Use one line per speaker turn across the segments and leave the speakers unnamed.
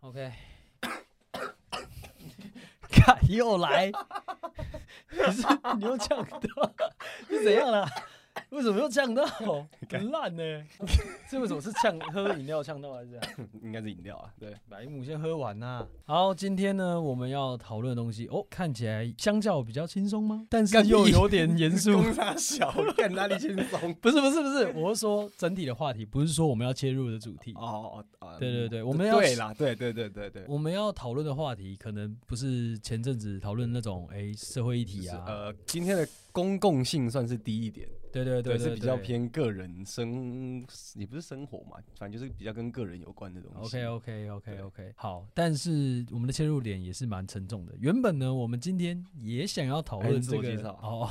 OK，看又来，你是你又呛到，是怎样啦？为什么又呛到？很烂呢、这为什么是呛喝饮料呛到还是怎样？
应该是饮料啊，对，
白母先喝完呐、好，今天呢我们要讨论的东西哦，看起来相较比较轻松吗？但是
干屁
又有点严肃。
工差小，干哪里轻松？
不是不是不是，我是说整体的话题，不是说我们要切入的主题。
哦哦哦，
对对对
嗯
我们要
对啦，对对对对对，
我们要讨论的话题，可能不是前阵子讨论那种哎、社会议
就
题
是
啊，
呃，今天的公共性算是低一点，
对对对，
是
对
比较
对
偏个人生，也不是生活嘛，反正就是比较跟个人有关的东西。
OK 哦 OK OK
对
OK，好，但是我们的切入点也是蛮沉重的。原本呢，我们今天也想要讨
还是
论
自
这
我
个
介绍
哦，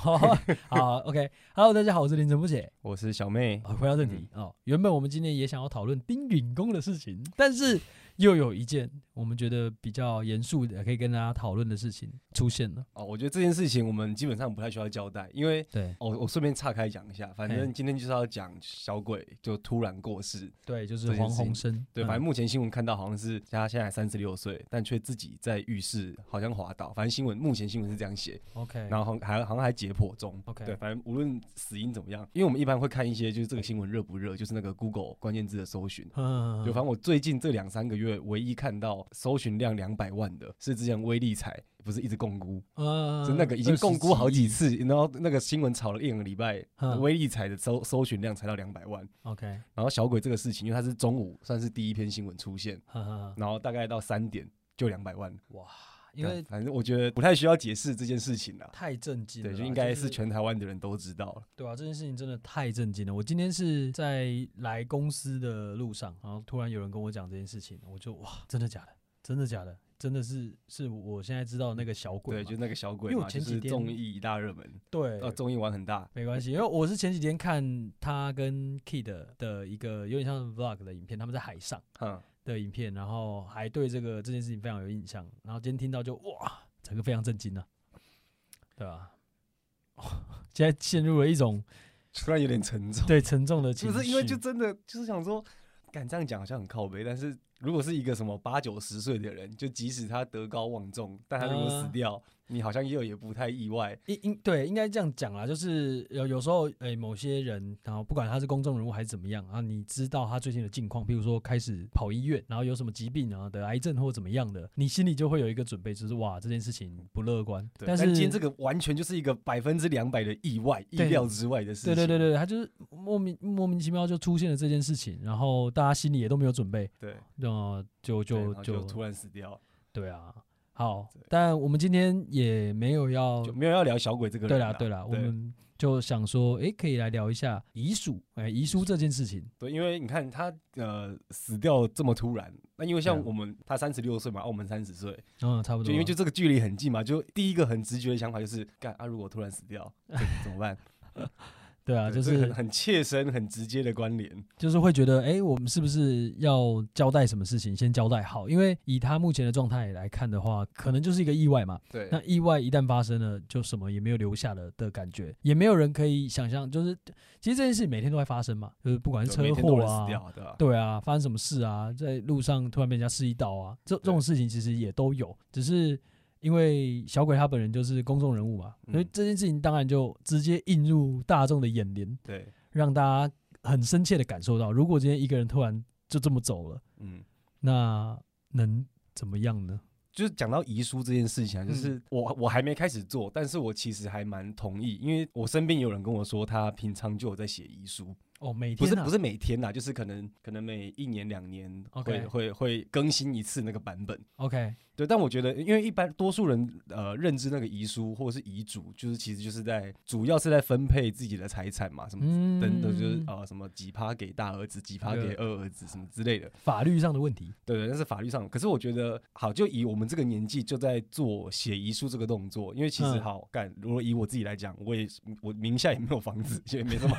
好 OK，Hello，大家好，我是林晨不解。
我是小妹，
啊回到正题哦，原本我们今天也想要讨论丁允恭的事情，但是又有一件我们觉得比较严肃的，可以跟大家讨论的事情出现了。
哦，我觉得这件事情我们基本上不太需要交代，因为。
对
哦，我顺便岔开讲一下，反
嘿
正今天就是要讲小鬼就突然过世，
对，就是
这件
黄
事
鸿
情
升，
对，反正
嗯
目前新闻看到好像是他现在三十六岁，但却自己在浴室好像滑倒，反正新闻目前新闻是这样写，
OK，
然后好像还好像还解剖中。
OK
对，反正无论死因怎么样，因为我们一般会看一些就是这个新闻热不热，就是那个 Google 关键字的搜寻。
嗯，
就反正我最近这两三个月唯一看到搜寻量两百万的是之前威力彩不是一直共估，
嗯
是那个已经共估好
嗯
几。
嗯嗯
次，然后那个新闻炒了一两个礼拜
嗯，
威力彩的搜搜寻量才到两百万。
OK，
然后小鬼这个事情，因为它是中午算是第一篇新闻出现，
哈哈，
然后大概到三点就两百万，
因为
对反正我觉得不太需要解释这件事情了。
太震惊了啦，
对，就应该
就是
全台湾的人都知道了。
对啊，这件事情真的太震惊了。我今天是在来公司的路上，然后突然有人跟我讲这件事情，我就哇，真的假的？真的假的？真的是是我现在知道那个小鬼
对，
嘛，
就是那个小鬼
因为
嘛，
我前
就
几
是
天
综艺大热门，
对，
呃，综艺玩很大。
没关系，因为我是前几天看他跟 Kid 的一个有点像 vlog 的影片，他们在海上
嗯，
的影片，然后还对这个这件事情非常有印象，然后今天听到就哇，整个非常震惊啊，对吧、哇 现在陷入了一种
突然有点沉 重，
对沉重的情
就
绪，
是因为就真的就是想说，敢这样讲好像很靠背，但是如果是一个什么八九十岁的人，就即使他德高望重，但他如果
啊
死掉，你好像又也不太意外。
应应对应该这样讲啦，就是有有时候诶、某些人，然后不管他是公众人物还是怎么样，然后你知道他最近的近况，譬如说开始跑医院，然后有什么疾病啊得癌症或怎么样的，你心里就会有一个准备，就是哇这件事情不乐观。
对
但
但
是
今天这个完全就是一个百分之两百的意外、意
对
料之外的事情。
对对对对，他就是莫名莫名其妙就出现了这件事情，然后大家心里也都没有准备，
对，
那、就
对
就
然后
就
突然死掉，
对啊。好
对，
但我们今天也没有要
就没有要聊小鬼这个
哦对
人
啦，对啦，我们就想说，诶，可以来聊一下遗属，哎、遗书这件事情。
对，因为你看他呃死掉这么突然，那因为像
对啊
我们他三十六岁嘛，啊我们三十岁，
嗯，差不多啊。
就因为就这个距离很近嘛，就第一个很直觉的想法就是，干啊，如果我突然死掉， 这怎么办？
对啊，就
对这个很
是
很切身、很直接的关联。
就是会觉得，诶，我们是不是要交代什么事情，先交代好？因为以他目前的状态来看的话，可能就是一个意外嘛。
对
那意外一旦发生了，就什么也没有留下了的感觉，也没有人可以想象，就是其实这件事每天都在发生嘛，就是不管是车
每天都有
祸
人
啊
死。掉，对吧？
对啊，发生什么事啊？在路上突然被人家示一刀啊，这这种事情其实也都有，只是因为小鬼他本人就是公众人物嘛，
嗯
所以这件事情当然就直接映入大众的眼帘，
对，
让大家很深切的感受到，如果今天一个人突然就这么走了，
嗯。
那能怎么样呢？
就是讲到遗书这件事
嗯
情啊，就是我我还没开始做，但是我其实还蛮同意，因为我身边也有人跟我说，他平常就有在写遗书，
哦，每
不
天、
是
啊、
不
是
是每天啦，就是可能可能每一年两年会
OK
会会更新一次那个版本。
OK，
对，但我觉得，因为一般多数人呃认知那个遗书或者是遗嘱，就是其实就是在主要是在分配自己的财产嘛，什么
嗯，
等等，就是呃什么几趴给大儿子，几趴
对
给二儿子什么之类的。
法律上的问题，
对对，那是法律上。可是我觉得，好，就以我们这个年纪就在做写遗书这个动作，因为其实
嗯
好干，如果以我自己来讲，我也我名下也没有房子，也没 什么，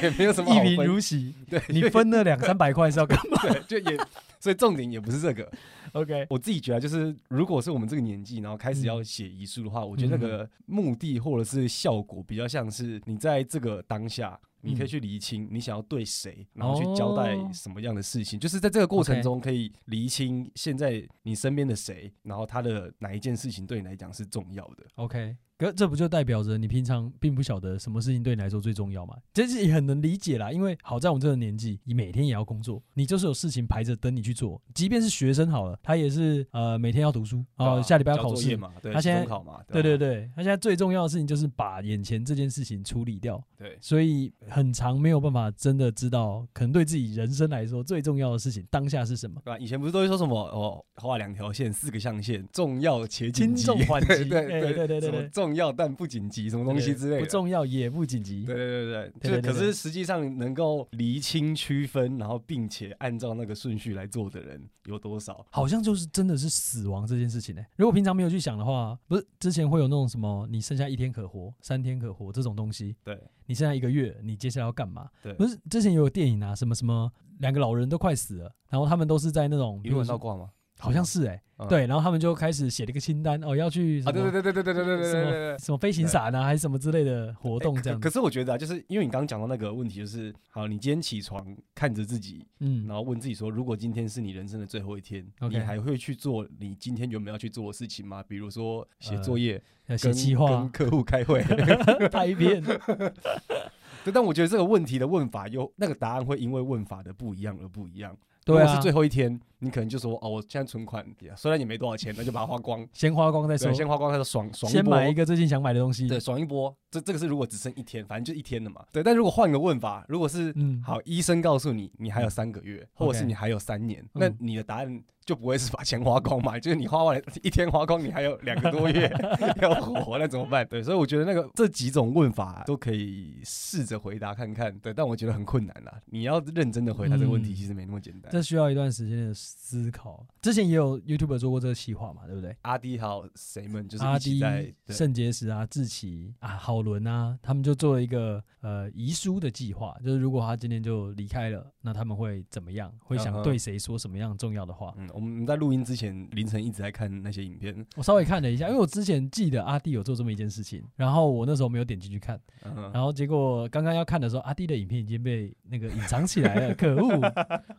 也没有什么
一
好
贫
分
如洗，
对，
你
因为
分了两三百块是要干嘛
对，就也，所以重点也不是这个。
？OK，
我自己觉得，就是如果是我们这个年纪，然后开始
嗯
要写遗书的话，我觉得那个目的或者是效果比较像是你在这个当下。你可
嗯
以去厘清你想要对谁，然后去交代
哦
什么样的事情，就是在这个过程
OK
中可以厘清现在你身边的谁，然后他的哪一件事情对你来讲是重要的。
OK，可这不就代表着你平常并不晓得什么事情对你来说最重要嘛？这是也很能理解啦，因为好在我们这个年纪，你每天也要工作，你就是有事情排着等你去做。即便是学生好了，他也是呃每天要读书，
对
哦、
啊
下礼拜要
交
考
作
试
业。嘛，对，
他
期
现
中
在
考嘛，
对对
对吧
对，他现在最重要的事情就是把眼前这件事情处理掉，
对，
所以很长没有办法真的知道，可能对自己人生来说最重要的事情当下是什么。
对吧？以前不是都会说什么哦，画两条线，四个象限，重要且紧
轻
急，
重缓急，
对对
哎
对
对对对
什么
对，
重要但不紧急，什么东西之类的，
不重要也不紧急。
对对对
对
对，
对
就可
对
是实际上能够厘清区分，然后并且按照那个顺序来做的人有多少？
好像就是真的是死亡这件事情呢、欸如果平常没有去想的话，不是之前会有那种什么你剩下一天可活、三天可活这种东西，
对
你剩下一个月，你接下来要干嘛？
对
不是之前也有电影啊，什么什么两个老人都快死了，然后他们都是在那种，
一路人到
比如说
挂吗？
好像是哎、
嗯
对，然后他们就开始写了一个清单，哦，要去什么、
啊，对对对对对对对
什
对对对
么
对。
什么飞行伞啊，还是什么之类的活动这样
可
子，
是我觉得啊，就是因为你刚刚讲到那个问题，就是好，你今天起床看着自己，
嗯
然，后问自己说，如果今天是你人生的最后一天
OK
你还会去做你今天原本要去做的事情吗？比如说写
呃
作业、
要写
跟
计
跟
划、
客户开 会。
拍片，
对，但我觉得这个问题的问法有那个答案会因为问法的不一样而不一样。
对
如果
啊
是，最后一天，你可能就说哦，我现在存款虽然也没多少钱，那就把它花 光，
先花光再说
对，，先花光，他就爽爽一
先
波
买一个最近想买的东西，
对，爽一波。这这个是如果只剩一天，反正就一天了嘛。对，但如果换个问法，如果是、
嗯，
好，医生告诉你你还有三个月，或者
OK 嗯
是你还有三年，那你的答案就不会是把钱花光嘛？ 就是你花完了一天花光，你还有两个多月 要活，那怎么办？对，所以我觉得那个这几种问法都可以试着回答看看。对，但我觉得很困难啦。你要认真的回答这个问题，
嗯
其实没那么简单。
这需要一段时间的思考。之前也有 YouTuber 做过这个企划嘛，对不对？
阿迪还有谁们就是
阿
一起
迪
在、对
肾结石啊、志奇啊、郝伦啊，他们就做了一个呃遗书的计划，就是如果他今天就离开了，那他们会怎么样？会
嗯
想
哼
对谁说什么样重要的话？
嗯，我们在录音之前凌晨一直在看那些影片，
我稍微看了一下，因为我之前记得阿弟有做这么一件事情，然后我那时候没有点进去看，
嗯哼
然后结果刚刚要看的时候，阿弟的影片已经被那个隐藏起来了，可恶，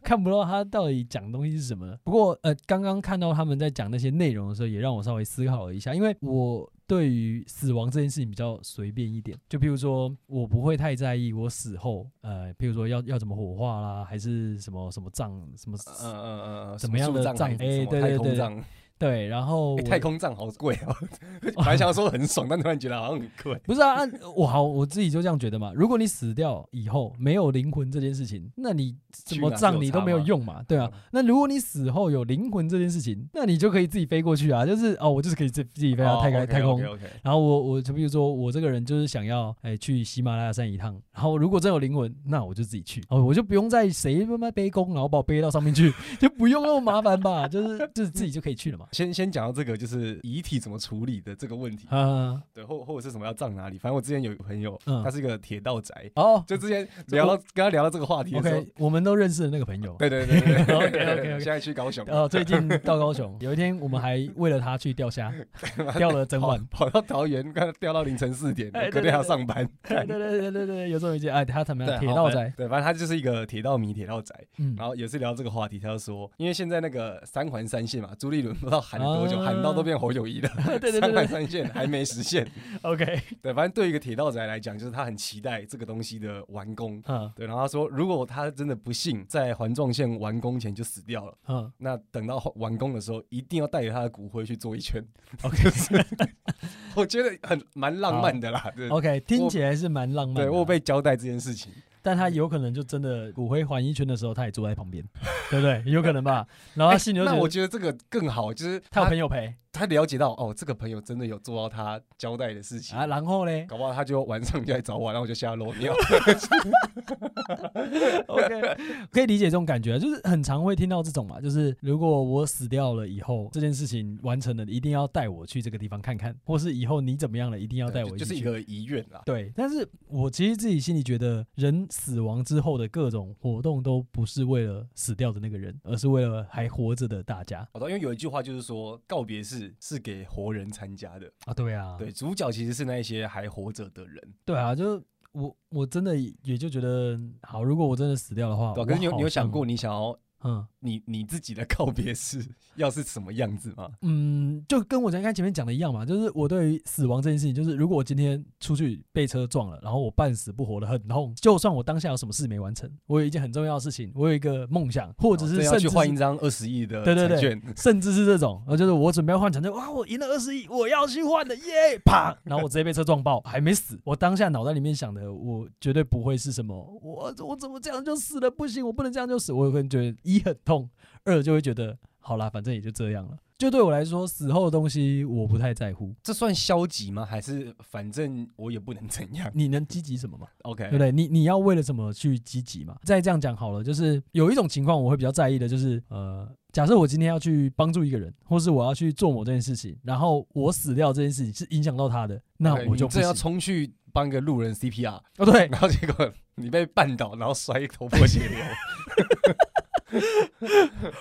看不到他到底讲的东西是什么了。不过呃，刚刚看到他们在讲那些内容的时候，也让我稍微思考了一下，因为我对于死亡这件事情比较随便一点，就譬如说我不会太在意我死后，呃，譬如说要要怎么火化啦，还是什么什么葬什么。
嗯嗯嗯嗯，
怎么样的
什树
葬
葬还是
哎
什么
对对
太
对
空葬，
对，然后
欸
我
太空葬好贵哦，本来想说很爽，但突然觉得好像很贵。
不是啊，按我好，我自己就这样觉得嘛。如果你死掉以后没有灵魂这件事情，那你怎么葬你都没有用嘛，对啊
嗯。
那如果你死后有灵魂这件事情，那你就可以自己飞过去啊，就是哦，我就是可以自自己飞到太开太空。
o k
然后我我就比如说我这个人就是想要哎去喜马拉雅山一趟，然后如果真有灵魂，那我就自己去哦，我就不用再谁他妈背弓，然后把我背到上面去，就不用那么麻烦吧，就是就是自己就可以去了嘛。
先先讲到这个，就是遗体怎么处理的这个问题，
啊，
对，或或者是什么要葬哪里。反正我之前有一个朋友，
嗯
他是一个铁道宅，
哦
就之前聊到跟他聊到这个话题的时候
，OK，，我们都认识的那个朋友，
对对对对对
OK，OK，OK
现在去高雄，
呃，最近到高 雄，有一天我们还为了他去钓虾，钓了整
跑
晚。
跑到桃园，刚掉到凌晨四点，
哎对
隔天还要
对对
上班。
对对对对对对，有这么一件，哎，他怎么样？
对
铁
好
道
反正
仔，
对，反正他就是一个铁道迷、铁道宅。
嗯，
然后也是聊这个话题，他就说，因为现在那个三环三线嘛，朱立伦不知道喊了多久，
啊。
喊到都变侯友谊了
对对对对
三环三线还没实现。
，OK，
对，反正对于一个铁道宅来讲，就是他很期待这个东西的完工。
嗯
对，然后他说，如果他真的不幸在环状线完工前就死掉了，
嗯
那等到完工的时候，一定要带着他的骨灰去做一圈。
，OK
我觉得很蛮浪漫的啦。对
OK，听起来是蛮浪漫的。
对，我有被交代这件事情。
但他有可能就真的骨灰还一圈的时候，他也坐在旁边，对不对？有可能吧。然后他心里就
哎那
觉
我
得
觉得这个更好，就是
他有
他
朋友陪
他了解到哦，这个朋友真的有做到他交代的事情
啊，然后嘞
搞不好他就晚上就来找我，然后我就吓漏尿。
，OK，可以理解这种感觉，啊就是很常会听到这种嘛，就是如果我死掉了以后，这件事情完成了，一定要带我去这个地方看看，或是以后你怎么样了，一定要带我
啊就
一
就
起
是
去
一。个遗愿啦。
对，但是我其实自己心里觉得，人死亡之后的各种活动都不是为了死掉的那个人，而是为了还活着的大家
哦好的，因为有一句话就是说，告别式是给活人参加的。
啊。对啊，
对，主角其实是那一些还活着的人。
对啊，就是我我真的也就觉得，好，如果我真的死掉的话，
对啊吧可是你有
哦我好
你有想
像
过，你想要
嗯
你你自己的告别是 要是什么样子吗？
嗯，就跟我刚才前面讲的一样嘛，就是我对于死亡这件事情，就是如果我今天出去被车撞了，然后我半死不活的很痛，就算我当下有什么事没完成，我有一件很重要的事情，我有一个梦想，或者
哦
是
真
甚
要
至
去
是
换一张二十亿的
对对
彩
对
券，
甚至是这种，呃，就是我准备要换产证，哇，我赢了二十亿，我要去换了，耶！啪，然后我直接被车撞爆， 还没死。我当下脑袋里面想的，我绝对不会是什么，我我怎么这样就死了？不行，我不能这样就死。我可能觉得一很痛，二就会觉得好啦，反正也就这样了。就对我来说，死后的东西我不太在乎。
这算消极吗？还是反正我也不能怎样
你能积极什么吗？
？OK，
对不对？你你要为了什么去积极嘛？再这样讲好了，就是有一种情况我会比较在意的，就是呃，假设我今天要去帮助一个人，或是我要去做某件事情，然后我死掉这件事情是影响到他的，那
OK，
我就
你
不
正要
行
冲去帮一个路人 CPR，
哦，对，
然后结果你被绊倒，然后摔头破血流。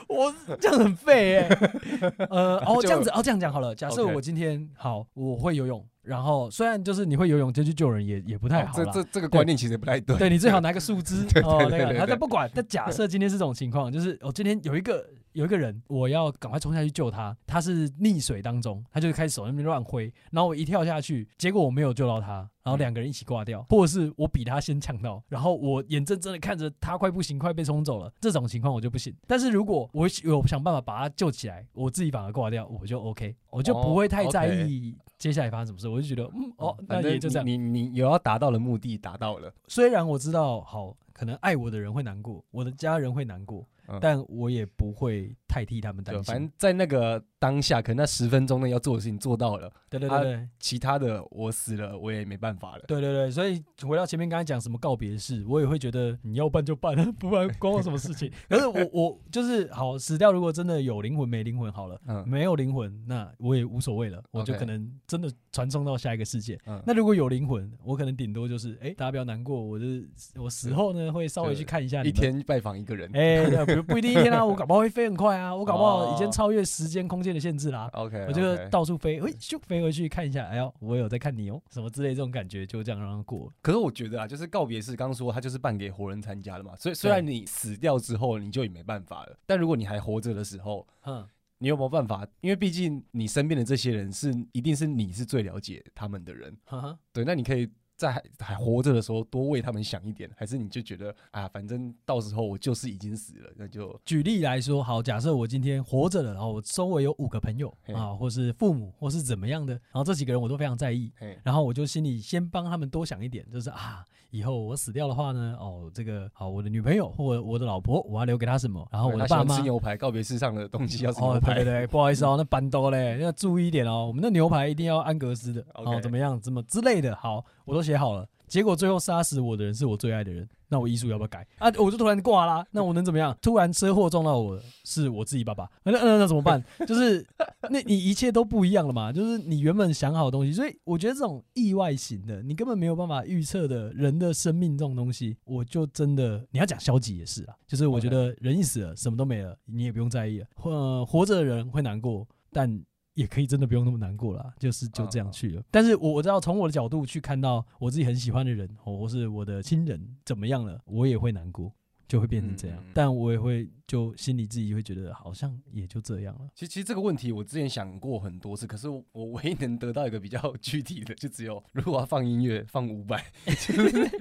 我这样很废哎、 呃，哦，
就
这样子，哦，这样讲好了。假设
OK
我今天好，我会游泳，然后虽然就是你会游泳，就去救人也也不 太
哦
好
这
啦。
这这个观念其实也不太对。
对你最好拿个树枝
对对
哦，那
对
个，
对
然后
对
但不管。但假设今天是这种情况，就是我、哦今天有一个有一个人，我要赶快冲下去救他，他是溺水当中，他就开始手在那边乱挥，然后我一跳下去，结果我没有救到他，然
嗯
后两个人一起挂掉，或者是我比他先呛到，然后我眼睁睁的看着他快不行，快被冲走了，这种情况我就不行。但是如果我有想办法把他救起来，我自己把他挂掉，我就 OK，我就不会太
哦
在
，OK
意接下来发生什么事，我就觉得嗯哦，那
反正
也就这样。
你你你有要达到的目的达到了，
虽然我知道，好，可能爱我的人会难过，我的家人会难过，
嗯
但我也不会太替他们担
对，
心。
反正在那个当下，可能那十分钟内要做的事情做到了，
对对
啊
对对、
其他的我死了我也没办法了。
对对对，所以回到前面刚才讲什么告别式，我也会觉得你要办就办， 不然关我什么事 情？可是我我就是好死掉，如果真的有灵魂没灵魂好了，
嗯
没有灵魂那我也无所谓了，我就
OK
可能真的传送到下一个世界。
嗯，
那如果有灵魂，我可能顶多就是，哎、大家不要难过，我就是我死后呢会稍微
对
去看一下你
一
们
天拜访一个人。
哎、那不不一定一天啊，我搞不好会飞很快啊，我搞不好已经超越时间空间的限制啦、
OK，
我这个到处飞，哎、咻飞回去看一下，哎呦，我有在看你哦，什么之类这种感觉，就这样让它过了。
可是我觉得啊，就是告别式，刚刚说他就是办给活人参加的嘛。所以虽然你死掉之后你就也没办法了，但如果你还活着的时候，
嗯，
你有没有办法？因为毕竟你身边的这些人是一定是你是最了解他们的人，
哈哈，
对，那你可以在还还活着的时候多为他们想一点，还是你就觉得啊，反正到时候我就是已经死了，那就
举例来说，好，假设我今天活着了，然后我周围有五个朋友
嘿
啊，或是父母，或是怎么样的，然后这几个人我都非常在意，
嘿，
然后我就心里先帮他们多想一点，就是啊，以后我死掉的话呢，哦，这个好，我的女朋友或我的老婆，我要留给她什么，然哦后我的
他喜
爸
欢
妈
吃牛排，告别式上的东西 要吃
哦
牛，
对
排，
对对，不好意思哦，那板豆嘞要注意一点哦，我们的牛排一定要安格斯的哦，
OK
怎么样，怎么之类的，好，我都写好了。结果最后杀死我的人是我最爱的人，那我医术要不要改啊？我就突然挂啦，那我能怎么样？突然车祸撞到我，是我自己爸爸，那那那怎么办？就是那你一切都不一样了嘛，就是你原本想好的东西，所以我觉得这种意外型的，你根本没有办法预测的人的生命这种东西，我就真的你要讲消极也是啊，就是我觉得人一死了，什么都没了，你也不用在意了，呃，活着的人会难过，但。也可以真的不用那么难过啦，就是就
嗯
这样去了。但是我我知道从我的角度去看到我自己很喜欢的人，或或是我的亲人怎么样了，我也会难过，就会变成这样。
嗯
但我也会就心里自己会觉得好像也就这样了。
其实其实这个问题我之前想过很多次，可是我我唯一能得到一个比较 具体的，就只有如果要放音乐放五百，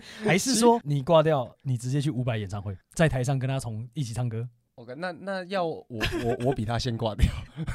还是说你挂掉，你直接去伍佰演唱会，在台上跟他从一起唱歌？
OK，那那要我我我比他先挂掉，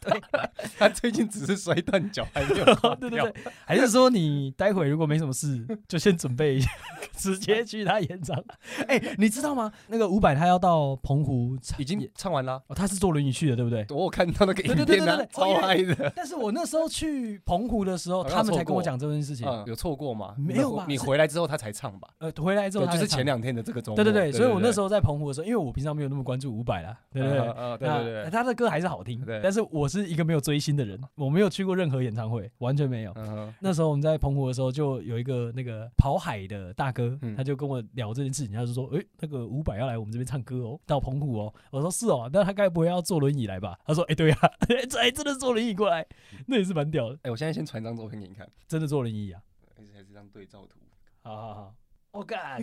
对，啊他最近只是摔断脚还没有 挂
对对
掉
对，，还是说你待会如果没什么事，就先准备一下， 直 接去他演唱？哎、你知道吗？那个伍佰他要到澎湖唱，
已经唱完了。啊
哦，他是坐轮椅去的，对不对？
我有看到那个
对对
影
对
片啊
对对，对
超嗨的。
但是我那时候去澎湖的时候，
好像
他们才
错过
跟我讲这件事情。
嗯，有错过吗？
哦没有吧
你
是
回来之后他才唱吧？
呃，回来之后
对，
他
就
才
是
唱
前。两天的这个周末。
对对对，所以我那时
候，
候在澎湖的时候，因为我平常没有那么关注伍佰啦，对不对？
嗯嗯对对对
那
对，
他的歌还是好听
对，
但是我是一个没有追星的人，我没有去过任何演唱会，完全没有。
嗯哼
那时候我们在澎湖的时候，就有一个那个跑海的大哥，
嗯
他就跟我聊这件事情，他就说：“诶，那个伍佰要来我们这边唱歌哦，到澎湖哦。”我说：“是哦，那他该不会要坐轮椅来吧？”他说：“诶，对呀、啊， 这还真的坐轮椅过来，那也是蛮屌的，
哎，我现在先传张照片给你看，
真的坐轮椅啊。
还是还是张对照图。
好好 好，
哦
我干，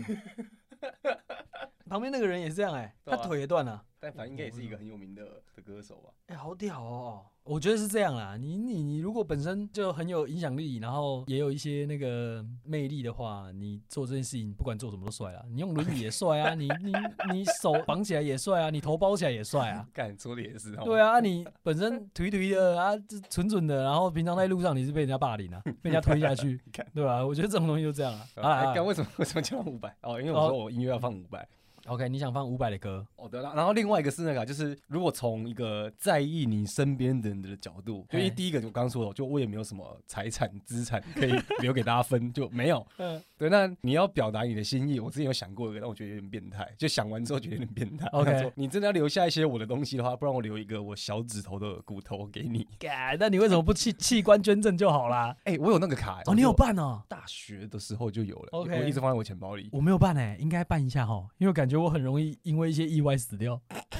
旁边那个人也是这样哎，
对啊
他腿也断了。
但反正应该也是一个很有名的的歌手吧。
哎、好屌哦！我觉得是这样啦，你你你如果本身就很有影响力，然后也有一些那个魅力的话，你做这件事情不管做什么都帅啊，你用轮椅也帅啊，你你你手绑起来也帅啊，你头包起来也帅啊。
干说的也是 哦。
对啊，啊你本身颓颓的啊，这蠢蠢的，然后平常在路上你是被人家霸凌啊，被人家推下去
看，
对吧、我觉得这种东西就这样啊。
哎。
好啦好
干
啦
为什么为什么讲五百？哦，因为我说我音乐要放五百。
，OK，你想放伍佰的歌，
哦，对了，然后另外一个是那个啊，就是如果从一个在意你身边的人的角度，就因
嘿
为第一个就我刚刚说的，就我也没有什么财产资产可以留给大家分， 就没有。
嗯
对，那你要表达你的心意，我之前有想过一个，但我觉得有点变态，就想完之后觉得有点变态。
OK
我想说你真的要留下一些我的东西的话，不然我留一个我小指头的骨头给你。
干，那你为什么不器器官捐赠就好啦？
哎、我有那个卡、
哦，你有
我
办哦。
大学的时候就有了
OK
我一直放在我钱包里。
我没有办哎、应该办一下哈，因为我感觉我很容易因为一些意外死掉，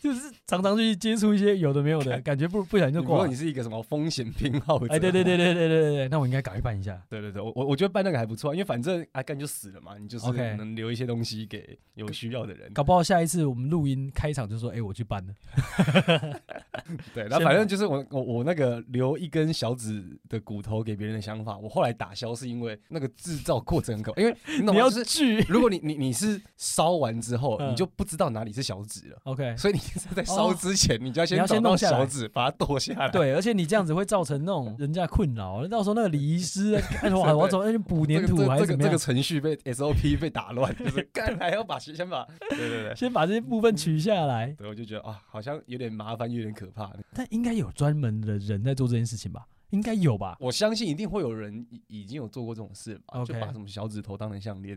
就是常常去接触一些有的没有的，感觉不不小心就
如果
过
你
了。
是一个什么风险偏好者，
哎，对对对对对对对对，那我应该赶快办一下。
对对对，我我我觉得办那个还不错，因为反正啊阿干就死了嘛，你就是
OK
能留一些东西给有需要的 人。
搞不好下一次我们录音开场就说，哎、我去办了。
对，然后反正就是我我我那个留一根小指的骨头给别人的想法，我后来打消是因为那个制造过程很可，因为你 懂
你
吗？
要
就是
去
如果你你你是烧完之后，
嗯
你就不知道哪里是小指了。
OK，
所以你在烧之前，你就要先
你要先
找到
弄下来
小指，把它剁下来。
对，而且你这样子会造成那种人家困扰，到时候那个礼仪师，哎，我我怎么要去补
这
粘
个
土
这个
还
这
是
个
怎么
这
样
个？程序被 SOP 被 打乱，就是干还要把先把对对对，
先把这些部分取下来，
对我就觉得啊，好像有点麻烦，有点可怕。
但应该有专门的人在做这件事情吧？应该有吧？
我相信一定会有人已已经有做过这种事吧
OK
就把什么小指头当成项链，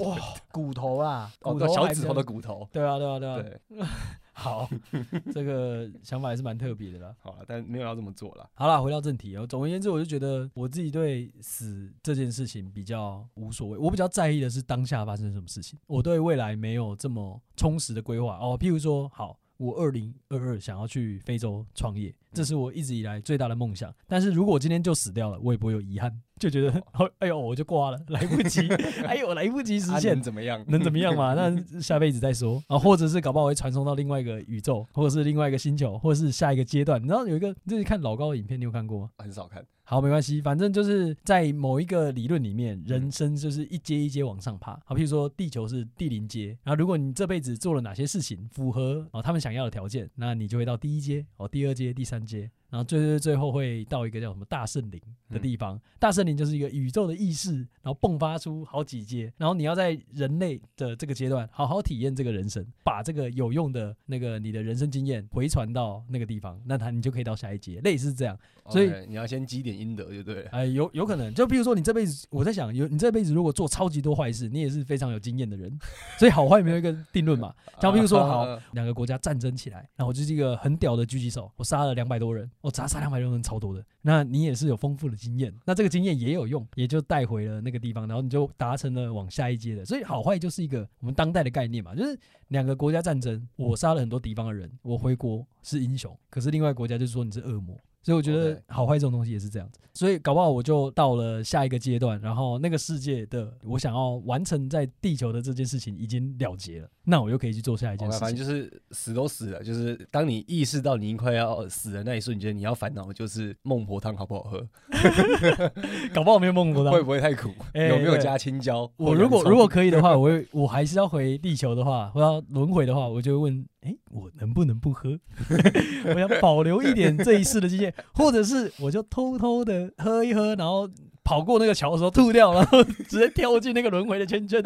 哇，骨头啦，
哦
骨
对
头
小
还
指
比
头
较
的骨头。
对啊，对啊，对啊，
对，
好， 这个想法还是蛮特别的啦。
好了，但没有要这么做了。
好啦，回到正题哦。总而言之，我就觉得我自己对死这件事情比较无所谓，我比较在意的是当下发生什么事情。我对未来没有这么充实的规划哦。譬如说，好，我二零二二想要去非洲创业，这是我一直以来最大的梦想。但是如果我今天就死掉了，我也不会有遗憾，就觉得 哎呦我就挂了，来不及， 哎呦来不及实
啊
现
能。怎么样？
能怎么样嘛？那下辈子再说啊，或者是搞不好会传送到另外一个宇宙，或者是另外一个星球，或者是下一个阶段。你知道有一个，就是看老高的影片，你有看过吗？
很少看。
好，没关系，反正就是在某一个理论里面，人生就是一阶一阶往上爬。好，譬如说地球是第零阶，然后如果你这辈子做了哪些事情符合哦他们想要的条件，那你就会到第一阶哦，第二阶、第三阶，然后最最最后会到一个叫什么大圣林的地方。大圣林就是一个宇宙的意识，然后迸发出好几阶，然后你要在人类的这个阶段好好体验这个人生，把这个有用的那个你的人生经验回传到那个地方，那他你就可以到下一阶，类似这样。 所以
OK，你要先积点阴德就对了。
哎，有有可能，就比如说你这辈子，我在想，有你这辈子如果做超级多坏事，你也是非常有经验的人，所以好坏没有一个定论嘛。像比如说， 好
啊，
两个国家战争起来，然后我就是一个很屌的狙击手，我杀了两百多人，我砸杀两百多人超多的。那你也是有丰富的经验，那这个经验也有用，也就带回了那个地方，然后你就达成了往下一阶的。所以好坏就是一个我们当代的概念嘛，就是两个国家战争，我杀了很多敌方的人，我回国是英雄，可是另外一个国家就是说你是恶魔。所以我觉得
OK
好坏这种东西也是这样子，所以搞不好我就到了下一个阶段，然后那个世界的我想要完成在地球的这件事情已经了结了，那我又可以去做下一件
OK，
事
反
情
正。就是死都死了，就是当你意识到你快要死的那一瞬间，你要烦恼的就是孟婆汤好不好喝，
搞不好没有梦过到
会。不会太苦，
哎
有没有
对
加青椒？
我如果如果可以的话，我会我还是要回地球的话，我要轮回的话，我就会问：哎、我能不能不 喝？我想保留一点这一世的经验，或者是我就偷偷的喝一喝，然后跑过那个桥的时候吐掉，然后直接跳进那个轮回的圈 圈。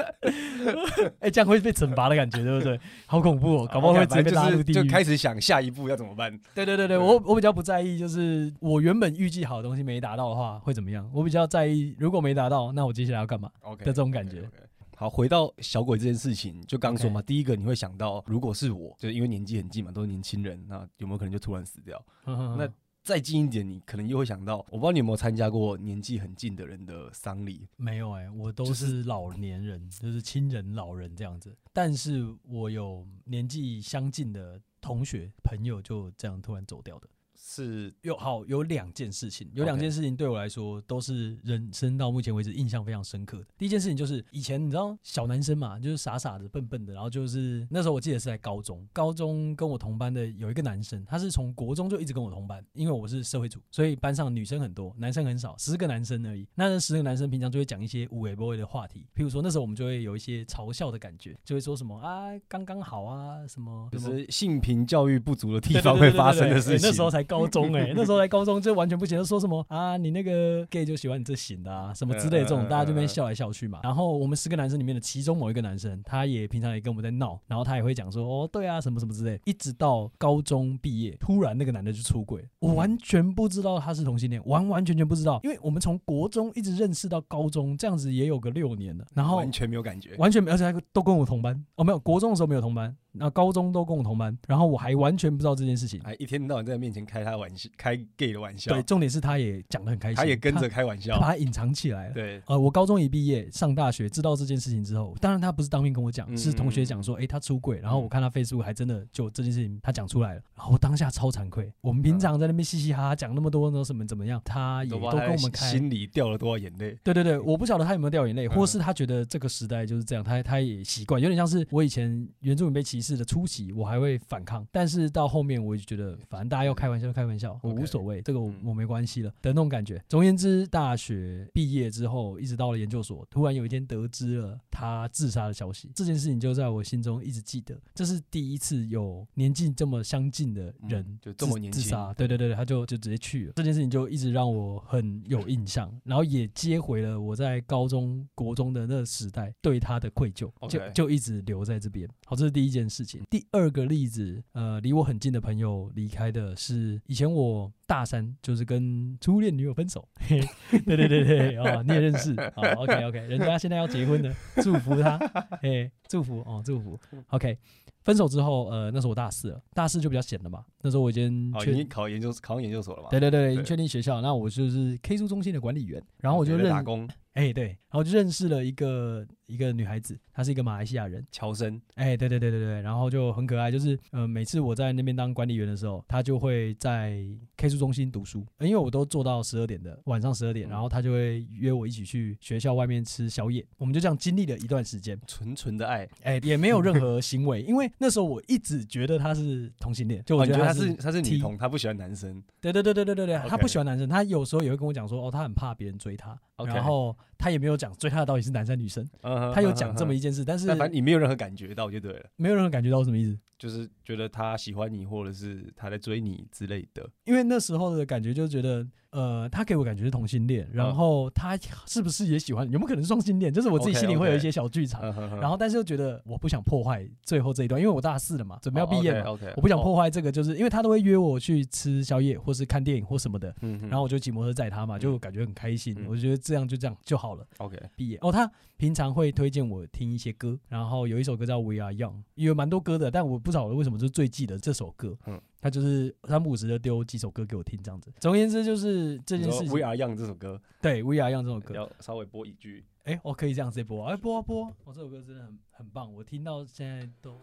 哎、这样会被惩罚的感觉，对不对？好恐怖哦，搞不好会直接被
就
拉入
是
地
就
狱。
开始想下一步要怎么办。
对对对对，我我比较不在意，就是我原本预计好的东西没达到的话会怎么样？我比较在意，如果没达到，那我接下来要干嘛？
OK
的这种感觉
OK，OK。好，回到小鬼这件事情，就刚说嘛
OK
第一个你会想到，如果是我，就是因为年纪很近嘛，都是年轻人，那有没有可能就突然死掉？
那
再近一点，你可能又会想到，我不知道你有没有参加过年纪很近的人的丧礼，
没有哎、我都
就是
是老年人，就是亲人、老人这样子。但是我有年纪相近的同学、朋友就这样突然走掉的。
是
有好有两件事情，有两
OK
件事情对我来说都是人生到目前为止印象非常深刻的。第一件事情就是以前你知道小男生嘛，就是傻傻的、笨笨的，然后就是那时候我记得是在高中，高中跟我同班的有一个男生，他是从国中就一直跟我同班，因为我是社会组，所以班上女生很多，男生很少，十个男生而已。那那十个男生平常就会讲一些无为不为的话题，譬如说那时候我们就会有一些嘲笑的感觉，就会说什么啊刚刚好啊什么，
就
什么
是性平教育不足的地
对
方会发生的 事情。
哎那时候才高中哎、那时候才高中就完全不行，就说什么啊，你那个 gay 就喜欢你这型的啊，什么之类的这 种，大家
呃
这边笑来笑去嘛。然后我们十个男生里面的其中某一个男生，他也平常也跟我们在闹，然后他也会讲说哦，对啊，什么什么之类。一直到高中毕业，突然那个男的就出轨，我完全不知道他是同性恋，完完全全不知道，因为我们从国中一直认识到高中，这样子也有个六年了。然后
完全没有感觉。
完全没有，而且他都跟我同班哦，没有，国中的时候没有同班，
嗯
然后高中都跟我同班，然后我还完全不知道这件事情。
还一天到晚在面前开他玩笑，开 gay 的玩哎笑，
对，重点是他也讲得很开心，
他也跟着
他
开玩
他
笑
把，它隐藏起来了。
对，
呃，我高中一毕业上大学，知道这件事情之后，当然他不是当面跟我讲，
嗯
是同学讲说，诶，他出轨，然后我看他 Facebook 还真的就这件事情他讲出来了，然后我当下超惭愧。我们平常在那边嘻嘻哈哈讲那么多，呢，什么怎么样，他也
嗯都
都
不知道他
跟我们开。
心里掉了多少眼泪。
对对对，我不晓得他有没有掉眼泪，
嗯
或是他觉得这个时代就是这样，他他也习惯，有点像是我以前原住民被歧视的初期，我还会反抗，但是到后面我就觉得，反正大家要开玩笑就开玩笑，我
OK
无所谓，这个我
嗯
我没关系了的那种感觉。总而言之，大学毕业之后，一直到了研究所，突然有一天得知了他自杀的消息，这件事情就在我心中一直记得，这是第一次有年纪这么相近的人、
嗯就这么年轻
自自杀啊，对对对，对他就就直接去了。这件事情就一直让我很有印象，然后也接回了我在高中、国中的那个时代对他的愧疚
OK
就就一直留在这边。好，这是第一件事情。第二个例子，呃，离我很近的朋友离开的是以前我大三，就是跟初恋女友分手。嘿对对对对，哦，你也认识，好，OK OK，人家现在要结婚了，祝福他，哎，祝福哦，祝福，OK。分手之后，呃，那时候我大四了，大四就比较闲了嘛。那时候我已经
好，
确
哦已经考研究考上研究所了嘛？
对对对，已
啊对嗯
经确定学校，那我就是 K 书中心的管理员，然后我就
哦在
认
打工，
哎、对，然后就认识了一个一个女孩子，她是一个马来西亚人，
乔生，
哎、对对对对对，然后就很可爱，就是呃，每次我在那边当管理员的时候，她就会在 K 书中心读书，呃因为我都做到十二点的晚上十二点，
嗯
然后她就会约我一起去学校外面吃宵夜，我们就这样经历了一段时间，
纯纯的爱。
哎、也没有任何行为，因为那时候我一直觉得她是同性恋，就
哦
我
你
觉
觉
得
得
她
他
是
是他是女
T
同，他不喜欢男生。
对对对对对对对
OK
他不喜欢男生，他有时候也会跟我讲说，哦，他很怕别人追他
OK
然后他也没有讲追他的到底是男生还是女 生，
他
他有讲这么一，件事，但是
嗯但反正你没有任何感觉到就对了，
没有任何感觉到什么意思，
就是觉得他喜欢你，或者是他在追你之类的。
因为那时候的感觉就觉得，呃，他给我感觉是同性恋，然
嗯
后他是不是也喜欢，有没有可能是双性恋，就是我自己
OK，
心里会有
OK
一些小剧
嗯
场啊然
然
后但是又觉得我不想破坏最后这一段，因为我大四了嘛，准备要毕业嘛。
，OK，
我不想
哦，
破坏这个，就是因为他都会约我去吃宵夜，或是看电影或什么的，
嗯
然后我就骑摩托车载他嘛，就感觉很开心。
嗯
我觉得这样就这样就好了。
OK，
毕业哦，他平常会推荐我听一些歌，然后有一首歌叫《We Are Young》，有蛮多歌的，但我不晓得为什么就最记得这首歌。
嗯
嗯，他就是三不五时的丢几首歌给我听，这样子。总而言之，就是这
这
件事情。
We Are Young 这首歌
对《We Are Young》这首歌，
要稍微播一句。
哎、我可以这样直接播啊，哎、播啊播啊！我、这首歌真的很很棒，我听到现在都。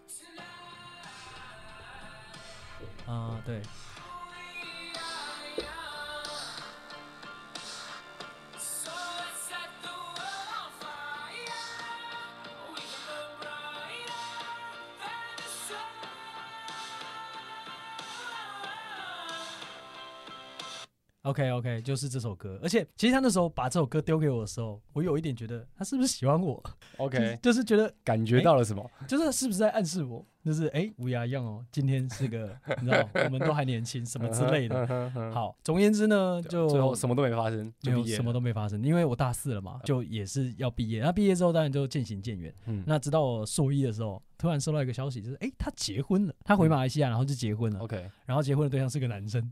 啊、对，OK OK，就是这首歌。而且其实他那时候把这首歌丢给我的时候，我有一点觉得他是不是喜欢我
OK，
就是就是哎觉得
感觉到了什么？
就是他是不是在暗示我，就是哎乌鸦一样哦，今天是个 你知道我们都还年轻什么之类 的。
的，
好，总而言之呢，
对啊
就
嗯最后什么都没发生，
没
就
有
毕业
什么
了。
都没发生，因为我大四了嘛，就也是要毕业。那毕业之后当然就渐行渐远。
嗯
那直到我硕一的时候，突然收到一个消息，就是哎、他结婚了，他回马来西
嗯
亚，然后就结婚了，
OK，
然后结婚的对象是个男生。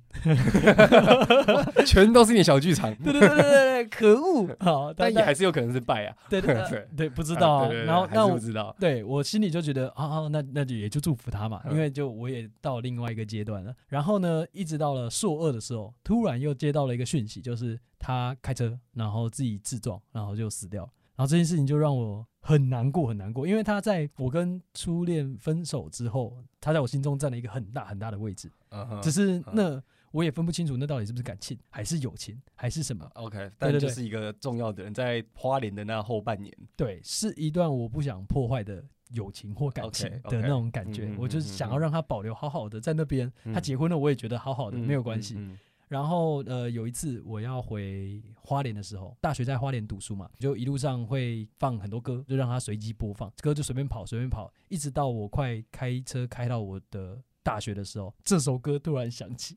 全都是你的小剧场，
对对对对对，对可恶！ 好，
但也还是有可能是败啊。
对
对
对对，不知道啊。
对对对
然后
还是
那
不
我
知道，
对我心里就觉得啊啊，那那就也就祝福他嘛，
嗯
因为就我也到另外一个阶段了。然后呢，一直到了硕二的时候，突然又接到了一个讯息，就是他开车然后自己自撞，然后就死掉了。然后这件事情就让我很难过，很难过，因为他在我跟初恋分手之后，他在我心中占了一个很大很大的位置。
嗯哼
只是那我也分不清楚那到底是不是感情，还是友情，还是什么。
OK，
对
但
对
就
对
是一个重要的人，在花莲的那后半年，
对，是一段我不想破坏的友情或感情
OK，OK，
的那种感觉
嗯嗯嗯
我就是想要让他保留好好的在那边。
嗯
他结婚了，我也觉得好好的，
嗯
没有关系。
嗯嗯
然后呃，有一次我要回花莲的时候，大学在花莲读书嘛，就一路上会放很多歌，就让它随机播放，歌就随便跑随便跑，一直到我快开车开到我的大学的时候，这首歌突然响起，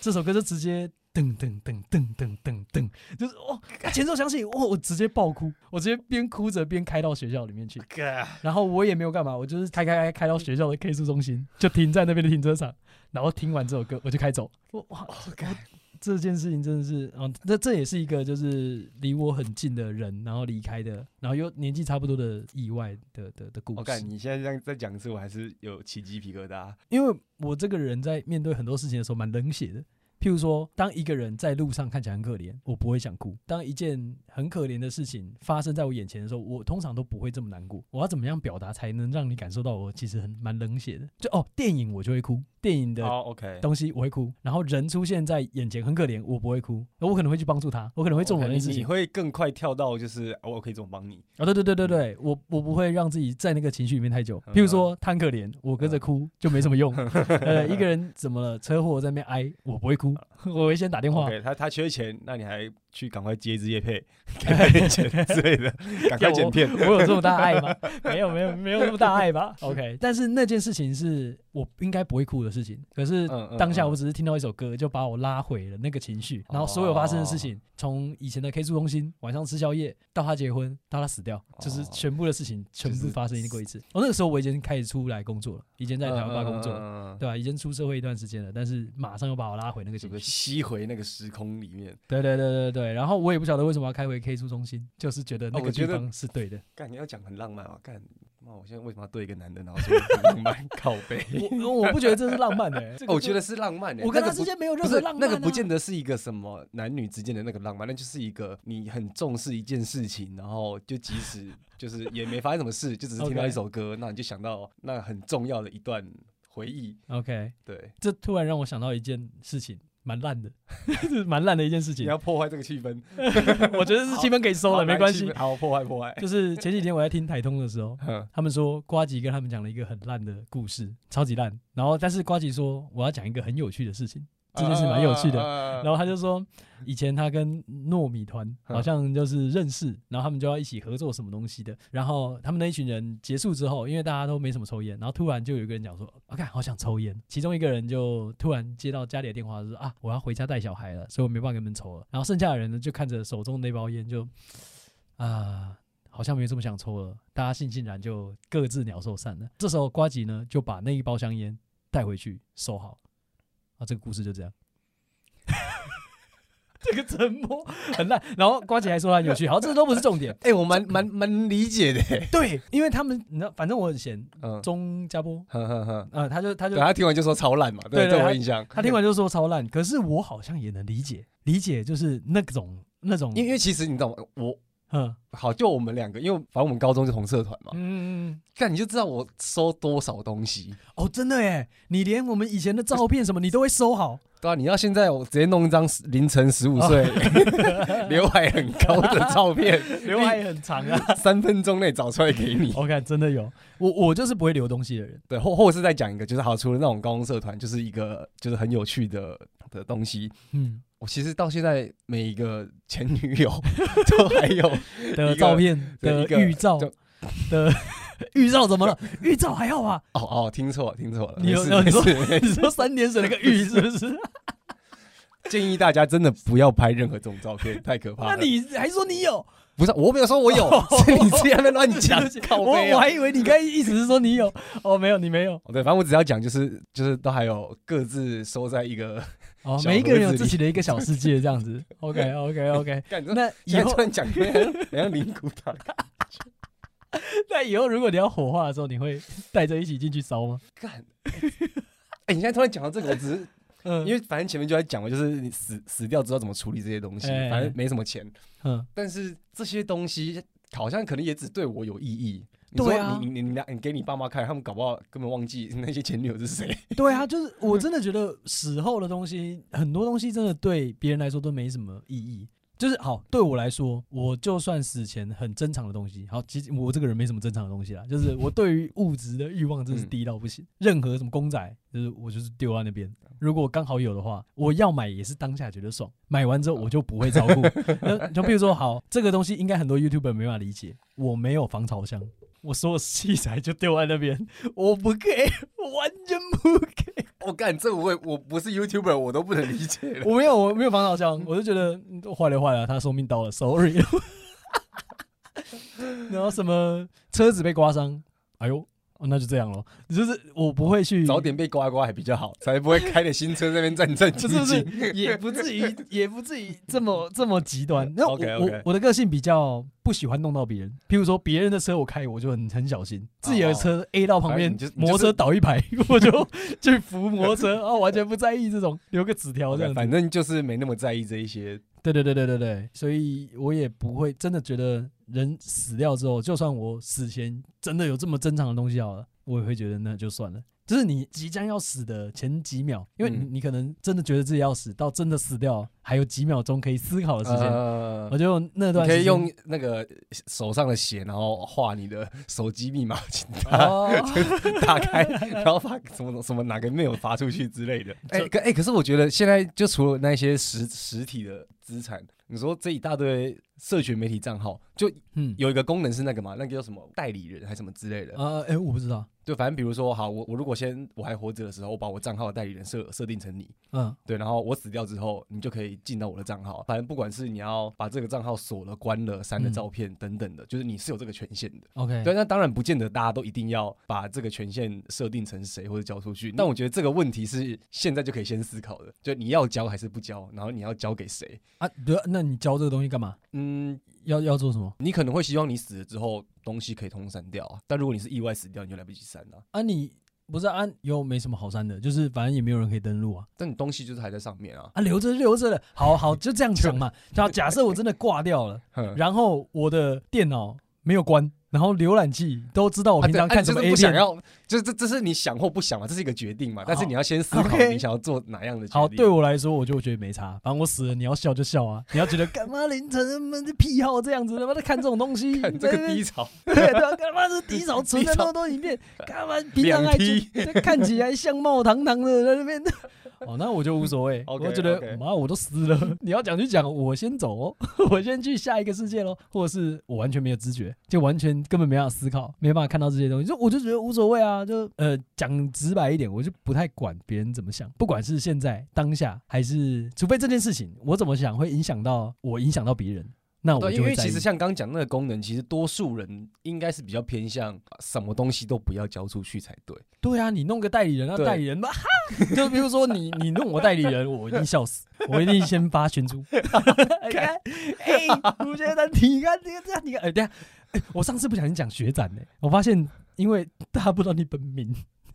这首歌就直接。噔噔噔噔噔噔噔，就是哦，前奏响起，哦，我直接爆哭，我直接边哭着边开到学校里面 去，然后我也没有干嘛，我就是开开开开到学校的 K 数中心，就停在那边的停车场，然后听完这首歌我就开走。我哇，我这件事情真的是，嗯，那这也是一个就是离我很近的人，然后离开的，然后又年纪差不多的意外的的的故
我看
事。
哦你现在这样再讲一次，我还是有起鸡皮疙瘩。
因为我这个人在面对很多事情的时候蛮冷血的。譬如说，当一个人在路上看起来很可怜，我不会想哭；当一件很可怜的事情发生在我眼前的时候，我通常都不会这么难过。我要怎么样表达才能让你感受到我其实很蛮冷血的？就哦，电影我就会哭，电影的
哦，OK，
东西我会哭，然后人出现在眼前很可怜，我不会哭，我可能会去帮助他，我可能会做某
OK，
件
你
事
你
情。
会更快跳到就是哦我可以怎么帮你？
啊、对对对对对，我我不会让自己在那个情绪里面太久。譬如说，他很可怜，我跟着哭就没什么用。呃，一个人怎么了，车祸在那边哀，我不会哭， 我会先打电话
OK，他哦他缺钱，那你还去赶快接一支叶 配，给他点钱之类的，赶快剪片。
我有这么大爱吗？没有，没有，没有那么大爱吧。OK，但是那件事情是我应该不会哭的事情，可是
嗯嗯
当下
嗯哦
我只是听到一首歌，就把我拉回了那个情绪，然后所有发生的事情，从以前的 K 住中心晚上吃宵夜，到他结婚，到他死掉，就是
哦
全部的事情全
就是嗯
部发生过一次。哦我那个时候我已经开始出来工作了，已经在台湾爸工作了，
作，
对吧、已经出社会一段时间了，但是马上又把我拉回那个
整
情
个
绪。
吸回那个时空里面。
对对对对对，然后我也不晓得为什么要开回 K 住中心，就是觉得那
哦我
个
觉
地
得
方是对 的。
干，你要讲很浪漫啊！干，妈，我现在为什么要对一个男的，然后说很浪漫 靠背？
我我不觉得这是浪漫的、欸 这个
哦我
就
觉得是浪漫的、
我跟他
那个不
之间没有任
不
何
是
浪漫、啊
那个，不见。得是一个什么男女之间的那个浪漫，那就是一个你很重视一件事情，然后就即 使就是也没发生什么事，就只是听到
OK
一首歌，那你就想到那很重要的一段回忆。
OK，
对，
这突然让我想到一件事情，蛮烂的，这是蛮烂的一件事
你
情。
要破坏这个 气氛，
我觉得是气氛可以收
好
了，没
来
关
气
系
氛。好破坏 破坏。
就是前几天我在听台通的时候，
嗯
他们说瓜吉跟他们讲了一个很烂的故事，超级烂。然后但是瓜吉说我要讲一个很有趣的事情，这件事蛮有趣的。
然
然后他就说，以前他跟糯米团好像就是认识，然后他们就要一起合作什么东西的。然后他们那一群人结束之后，因为大家都没什么抽烟，然后突然就有一个人讲说：“啊我、看好想抽烟。”其中一个人就突然接到家里的电话，就说：“啊，我要回家带小孩了，所以我没办法给你们抽了。”然后剩下的人呢，就看着手中那包烟就，啊。好像没这么想抽了，大家悻悻然就各自鸟兽散了。这时候瓜吉呢就把那一包香烟带回去收好，啊，这个故事就这样。这个沉默很烂，然后瓜姐还说他很有趣，好，这都不是 重点。
哎、我蛮蛮蛮理解 的、
对，因为他们你知道，反正我很闲，
嗯，
钟家波，
哼哼哼，
呃，他就他就
对他啊听完就说超烂嘛，
对
对，
对
对我
他
印象。
他听完就说超烂，可是我好像也能理解，理解就是那种那种，
因为因为其实你懂，我
嗯
好就我们两个，因为反正我们高中是同社团嘛，
嗯嗯，
看你就知道我收多少东西。
哦，真的耶，你连我们以前的照片什么你都会收好，
对啊，你要现在我直接弄一张十凌晨十五岁 刘海很高的照片，
哦 刘海很哦长啊。
三分钟内找出来给 你。
我看真的有，我我就是不会留东西的人，
对，或或者是再讲一个，就是好，除了那种高中社团，就是一个就是很有趣的的东西。
嗯，
我其实到现在每一个前女友 都还有
的照片
对
的
一个
预兆
就
的 预兆怎么了？预兆还好吧？
哦哦，听错听错了，
你有
没
有
事没
说
事。
你说三点水那个玉是不是？
建议大家真的不要拍任何这种照片，太可怕
那
了。
你还说你有？
不是我没有说我 有，是啊你自己在那边乱讲
对不起，
靠
我
背
我
啊。
还以为你刚才意思是说你有，哦，没有，你没有。
哦对，反正我只要讲就是就是都还有各自收在一 个
哦，
小
每一个人有
盒子
自
里
己的一个小世界，这样子。OK
。
OK OK
干你说
那以
现在
后
突，然讲，好像好像灵骨塔。
那以后如果你要火化的时候，你会带着一起进去烧吗？
干， 哎、哎你现在突然讲到这个，我只是
嗯，
因
为
为反正前面就在讲嘛，就是你死死掉之后怎么处理这些东西，
哎
反正没什么钱，
嗯，
但是这些东西好像可能也只对我有意义。你说
对啊
你你你拿你给你爸妈看，他们搞不好根本忘记那些前女友是谁。
对啊，就是我真的觉得死后的东西，很多东西真的对别人来说都没什么意义。就是好，对我来说，我就算死前很珍藏的东西，好，其实我这个人没什么珍藏的东西啦，就是我对于物质的欲望真是低到不行。任何什么公仔，就是我就是丢在那边。如果我刚好有的话，我要买也是当下觉得爽，买完之后我就不会照顾。那就比如说，好，这个东西应该很多 YouTuber 没办法理解，我没有防潮箱，我所有器材就丢在那边，我不 care，我完全不 care。
我干，这我也我不是 YouTuber，我都不能理解了。
我没有，我没有防潮箱，我就觉得嗯都坏了坏了，他寿命到了，sorry。然后什么车子被刮伤，哎呦，哦那就这样咯。就是我不会去
早点被刮刮还比较好，才不会开着新车在那边战 战兢
不是不
兢。
是，也不至于，也不至于这 么这么极端。那我
OK，OK
我我的个性比较不喜欢弄到别人，譬如说别人的车我开我就很很小心，自己的车 A 到旁边
反哦哎正你就你就是
摩托车倒一排， 我就去扶摩托车，啊，完全不在意这种，留个纸条这
OK，
样
反
子。
正就是没那么在意这一些。
对对对对对对，所以我也不会真的觉得人死掉之后，就算我死前真的有这么珍藏的东西好了，我也会觉得那就算了。就是你即将要死的前几秒，因为你、
嗯
你可能真的觉得自己要死，到真的死掉还有几秒钟可以思考的时间，
呃
我就那
你
段
可
时间
以用那个手上的血，然后画你的手机密码，请他
哦，
打 开，然后把什么什么哪个 mail 发出去之类的。哎、可哎、可是我觉得现在就除了那些实实体的资产，你说这一大堆社群媒体账号，就
嗯，
有一个功能是那个嘛，那个叫什么代理人还是什么之类的。
啊，哎，我不知道，
就反正比如说，好，我我如果先我还活着的时候，我把我账号的代理人设设定成你，
嗯，
对，然后我死掉之后，你就可以进到我的账号。反正不管是你要把这个账号锁了、关了、删了
嗯哎
照片等等的，就是你是有这个权限的。
OK，
对，那当然不见得大家都一定要把这个权限设定成谁或者交出去，但我觉得这个问题是现在就可以先思考的，就你要交还是不交，然后你要交给谁？
啊，对啊，那你教这个东西干嘛？
嗯，
要要做什么？
你可能会希望你死了之后东西可以通通删掉啊，但如果你是意外死掉，你就来不及删了、
啊，你不是啊，又没什么好删的，就是反正也没有人可以登录啊。
但你东西就是还在上面啊。
啊，留着留着了，好 好就这样想嘛。然后假设我真的挂掉了，
哼
然后我的电脑没有关，然后浏览器都知道我
啊
哦平
对
常
啊
看
你
什么
就是
A
不想
片。
要，就是这这是你想或不想嘛，这是一个决定嘛，但是
好
你要先思考
OK
你想要做哪样的决定。
好，对我来说，我就觉得没差，反正我死了，你要笑就笑啊，你要觉得干嘛凌晨他妈的癖好这样子，他妈的看这种东西，
看这
对
个低潮，
对啊对，干嘛是低潮存在那么多影片，干嘛平常还
两
觉
T
对看起来相貌堂堂的在那边， 哦，那我就无所 谓，我
OK，
觉得
OK
妈我都死了， 你要讲就讲，我先走哦， 我先去下一个世界喽，或者是我完全没有知觉，就完全根本没办法思考，没办法看到这些东西，就我就觉得无所谓啊，就呃讲直白一点，我就不太管别人怎么想，不管是现在当下还是，除非这件事情我怎么想会影响到我影响到别人，那 我
对，
就
因
会
为
在意
其实像刚讲那个功能，其实多数人应该是比较偏向啊什么东西都不要交出去才对。
对啊，你弄个代理人，那
对
代理人 吧，就比如说你你弄我代理人，我一定笑 死，我一定先发群主。你看，哎、吴先生，你看这个这样，你看，哎、等一下、哎我上次不小心讲学长呢、我发现因为大家不知道你本名，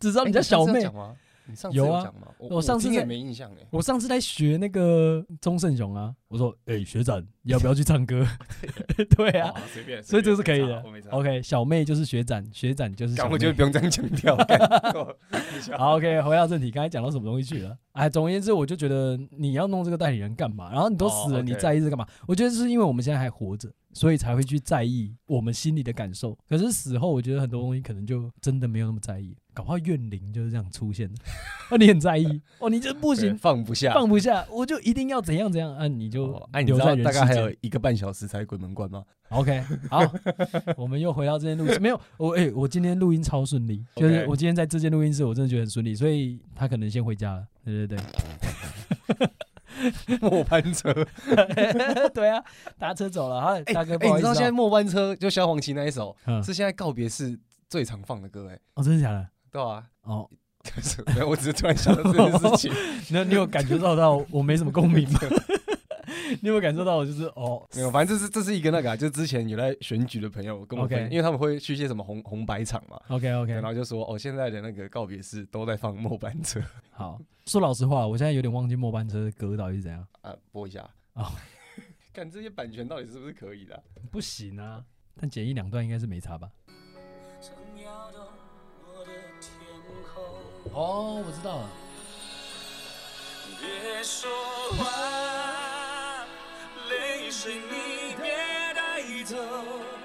只知道啊
哎
你叫小
你上次
妹
有。讲吗？你上次
有
有
啊
讲吗？我
我上次
听也
在
没印象哎。
我上次在学那个钟胜雄啊，我说，哎、学长，要不要去唱 歌？ 对 啊，
好，随便，
所
随
以这个
便
是可以
没差
的
哦我没差。
OK，小妹就是学长，学长就是小
干，
妹。
我觉得不用这样强调。 干够你笑
好，OK，回到正题，刚才讲到什么东西去了？哎，总而言之，我就觉得你要弄这个代理人干嘛？然后你都死
哦
了，
，OK
你在意这干嘛？我觉得是因为我们现在还活着，所以才会去在意我们心里的感受。可是死后，我觉得很多东西可能就真的没有那么在意，搞不好怨灵就是这样出 现的。哦，你很在意，哦，你这不
对
行，
放不下。哦
放不下，我就一定要怎样怎样啊，你就
哦哎，你知
留在
道
人
大概
世
还
间
有一个半小时才鬼门关吗？
OK，好， 我们又回到这间录音室。没有，我哎、我今天录音超顺利，就是
OK
我今天在这间录音室，我真的觉得很顺利，所以他可能先回家了。对对
末班车，
对，对啊，搭车走了。好，
哎
大哥，
哎
不好
你
意思
知道
啊、
现在末班车就萧煌奇那一首
嗯
是现在告别式最常放的歌哎，
哦，真的假的？
对吧？
哦，
就是没有我只是突然想到这件事 情，
那你有感觉到到我没什么共鸣 吗？你有没有感受到我就是哦，
没有，反正这是这是一个那个、啊，就之前有在选举的朋友跟我分
OK
因为他们会去一些什么红红白场嘛。
？OK
对
OK，
然后就说哦，现在的那个告别式都在放末班车
好。说老实话，我现在有点忘记末班车的歌到底是怎样。
啊，播一下
哦
啊。看这些版权到底是不是可以的啊、
不行啊，但剪一两段应该是没差吧？哦，我知道了。
别说话，泪水你别带走。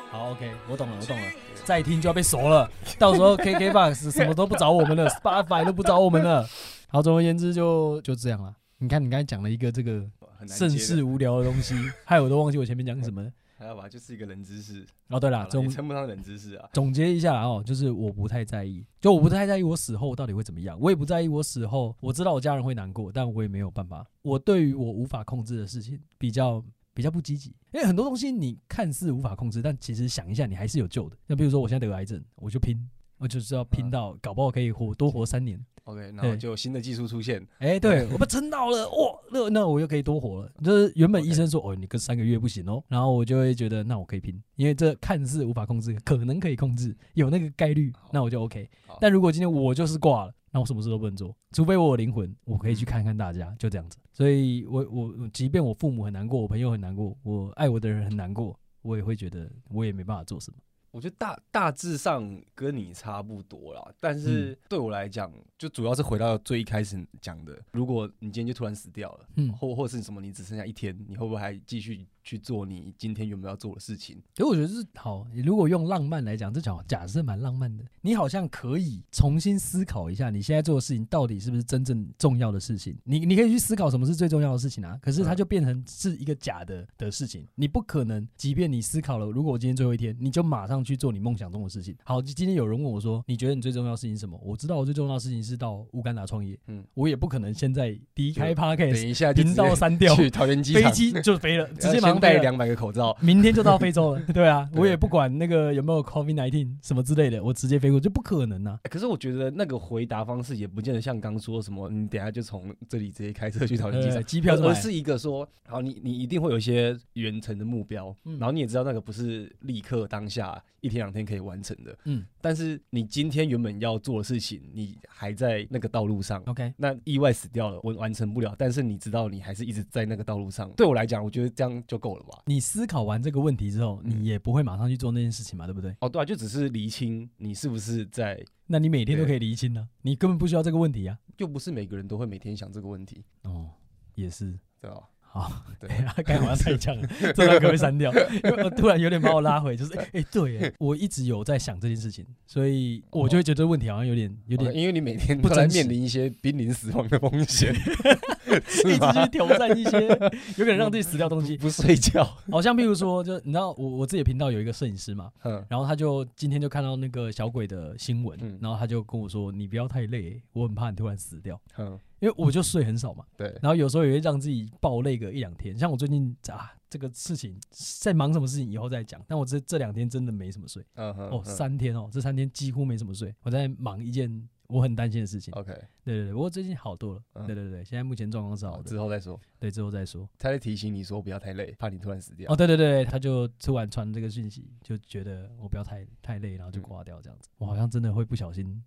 好，OK，我懂了，哦我懂了。再听就要被熟了，到时候 KKBOX 什么都不找我们了，Spotify 都不找我们了。好，总而言之就就这样了。你看，你刚才讲了一个这个
很难
盛
接
世
的，
无聊的东西，害我都忘记我前面讲什么了。
还好吧，就是一个冷知识，
哦，对
好
了，
啦
总
也称不上冷知识啊。
总结一下啦哦，就是我不太在意，就我不太在意我死后到底会怎么样，我也不在意我死后，我知道我家人会难过，但我也没有办法。我对于我无法控制的事情比较比较不积极，因为很多东西你看似无法控制，但其实想一下你还是有救的。那比如说我现在得癌症，我就拼，我就是要拼到，搞不好可以活多活三年。
OK，然后
对
就新的技术出现，
哎、对我被撑到了，哇，那那我又可以多活了。就是原本
OK
医生说，哦，你跟三个月不行哦，然后我就会觉得，那我可以拼，因为这看似无法控制，可能可以控制，有那个概率
好，
那我就 OK
好。
但如果今天我就是挂了，那我什么事都不能做，除非我有灵魂，我可以去
嗯
看看大家，就这样子。所以我，我我即便我父母很难过，我朋友很难过，我爱我的人很难过，我也会觉得我也没办法做什么。
我觉得大大致上跟你差不多啦，
嗯
但是对我来讲，就主要是回到最一开始讲的，如果你今天就突然死掉了，
嗯，
或或是什么，你只剩下一天，你会不会还继续去做你今天原本要做的事情？
可是我觉得是好，如果用浪漫来讲，这假假设蛮浪漫的。你好像可以重新思考一下，你现在做的事情到底是不是真正重要的事情？你你可以去思考什么是最重要的事情啊。可是它就变成是一个假的的事情，你不可能，即便你思考了，如果我今天最后一天，你就马上去做你梦想中的事情。好，今天有人问我说，你觉得你最重要的事情是什么？我知道我最重要的事情是到乌干达创业，
嗯
嗯，我也不可能现在离开
就等
Podcast
一下就直
哎频
接
道删掉，
去桃园机
飞
场，
机就飞了，直接马
盲
上飞
带
了
两百个口罩。
明天就到非洲了，对啊，
对
我也不管那个有没有 COVID nineteen 什么之类的，我直接飞过去就不可能啊呐、
欸可是我觉得那个回答方式也不见得像刚说什么，你等一下就从这里直接开车去桃园机场
呃，。机票
而而
是
是一个说，好，你你一定会有一些远程的目标，
嗯
然后你也知道那个不是立刻当下一天两天可以完成的，
嗯
但是你今天原本要做的事情，你还在那个道路上。
，OK，
那意外死掉了，我完成不了，但是你知道你还是一直在那个道路上。对我来讲，我觉得这样就够了吧？
你思考完这个问题之后，
嗯
你也不会马上去做那件事情嘛，对不对？
哦，对啊，就只是厘清你是不是在，
那你每天都可以厘清呢、你根本不需要这个问题啊。
又不是每个人都会每天想这个问题，
哦，也是。
对吧？
好，
对
等一下该我要再讲了，这段可不可以删掉？因为我突然有点把我拉回，就是哎、哎对耶，我一直有在想这件事情，所以我就会觉得这个问题好像有点有点
哦因为你每天
不
都在
真实
面临一些濒临死亡的风 险，是
一直
吗？
去挑战一些有可能让自己死掉的东西。
不睡觉，
好像譬如说，就你知道我我自己的频道有一个摄影师嘛，
嗯，
然后他就今天就看到那个小鬼的新闻，
嗯
然后他就跟我说：“你不要太累，欸我很怕你突然死掉。”
嗯，
因为我就睡很少嘛，
对，
然后有时候也会让自己爆累个一两天。像我最近啊，这个事情在忙什么事情以后再讲，但我这这两天真的没什么睡
嗯哼，
哦，
嗯
三天哦，这三天几乎没什么睡，我在忙一件我很担心的事情。
，OK，
对对对，不过最近好多了，
哦嗯哦
对对对，现在目前状况是好
好，
的，
之后再说。
对之后再说。
他在提醒你说不要太累，怕你突然死掉
哦，。对对对，他就突然传这个讯息，就觉得我不要太太累，然
嗯
后就挂掉这样子。我好像真的会不小心，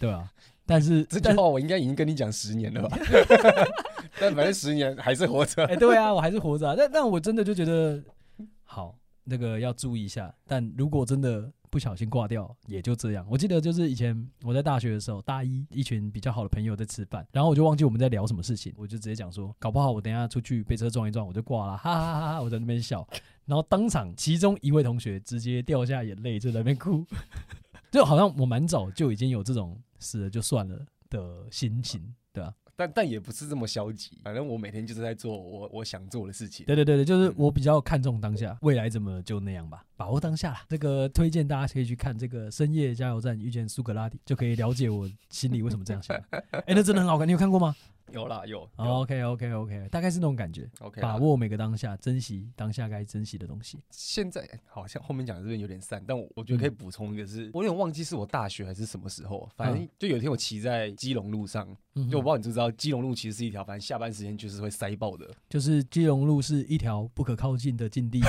对啊。但是
这句
但是
话我应该已经跟你讲十 年了吧？但反正十年还是活着
哎、。对啊，我还是活着、啊。但但我真的就觉得，好，那个要注意一下。但如果真的不小心挂掉，也就这样。我记得就是以前我在大学的时候，大一一群比较好的朋友在吃饭，然后我就忘记我们在聊什么事情，我就直接讲说，搞不好我等一下出去被车撞一撞，我就挂了，哈哈哈哈！我在那边笑，然后当场其中一位同学直接掉下眼泪，就在那边哭， 就好像我蛮早就已经有这种死了就算了的心情，对啊吧、
但但也不是这么消极，反正我每天就是在做我我想做的事情。
对对对对，
嗯
就是我比较看重当下，未来怎么就那样吧，把握当下啦。这个推荐大家可以去看这个《深夜加油站遇见苏格拉底》，就可以了解我心里为什么这样想。 哎、那真的很好看，你有看过吗、
有啦，有啊
o k OK OK，大概是那种感觉，
，OK，
把。握每个当下，珍惜当下该珍惜的东西。
现在好像后面讲的这边有点散，但我我觉得可以补充一个是，
嗯
我有点忘记是我大学还是什么时候，反正就有一天我骑在基隆路上，
嗯哼，
就我不知道你知不知道，基隆路其实是一条，反正下班时间就是会塞爆的。
就是基隆路是一条不可靠近的 禁地，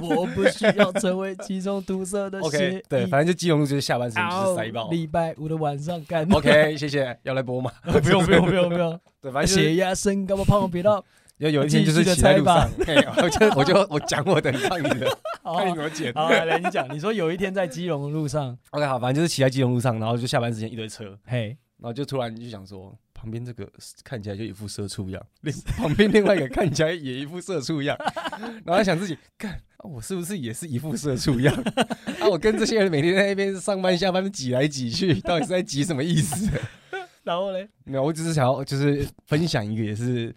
我不需要成为其中堵塞的协
OK，
议。
对，反正就基隆路就是下班时间就是塞爆。
礼拜五的晚上干。
OK，谢谢，要来播吗？
不用不用不用 不用，
对，反正就是
血压升高，胖别到。
有有一天就是骑在路上， 嘿我就 我就我讲我的，你唱你的，
好
看你怎么剪。
哦好，来来你讲，你说有一天在基隆的路上，
OK，好，反正就是骑在基隆路上，然后就下班时间一堆车，
嘿，
然后就突然就想说，旁边这个看起来就一副 社畜一样，另旁边另外一个看起来也一副社畜一样， 然后还想自己干、啊我是不是也是一副社畜一 样？啊，我跟这些人每天在那边上班下班挤来挤去，到底是在挤什么意思？
然后嘞，
没有，我只是想要就是分享一个，也是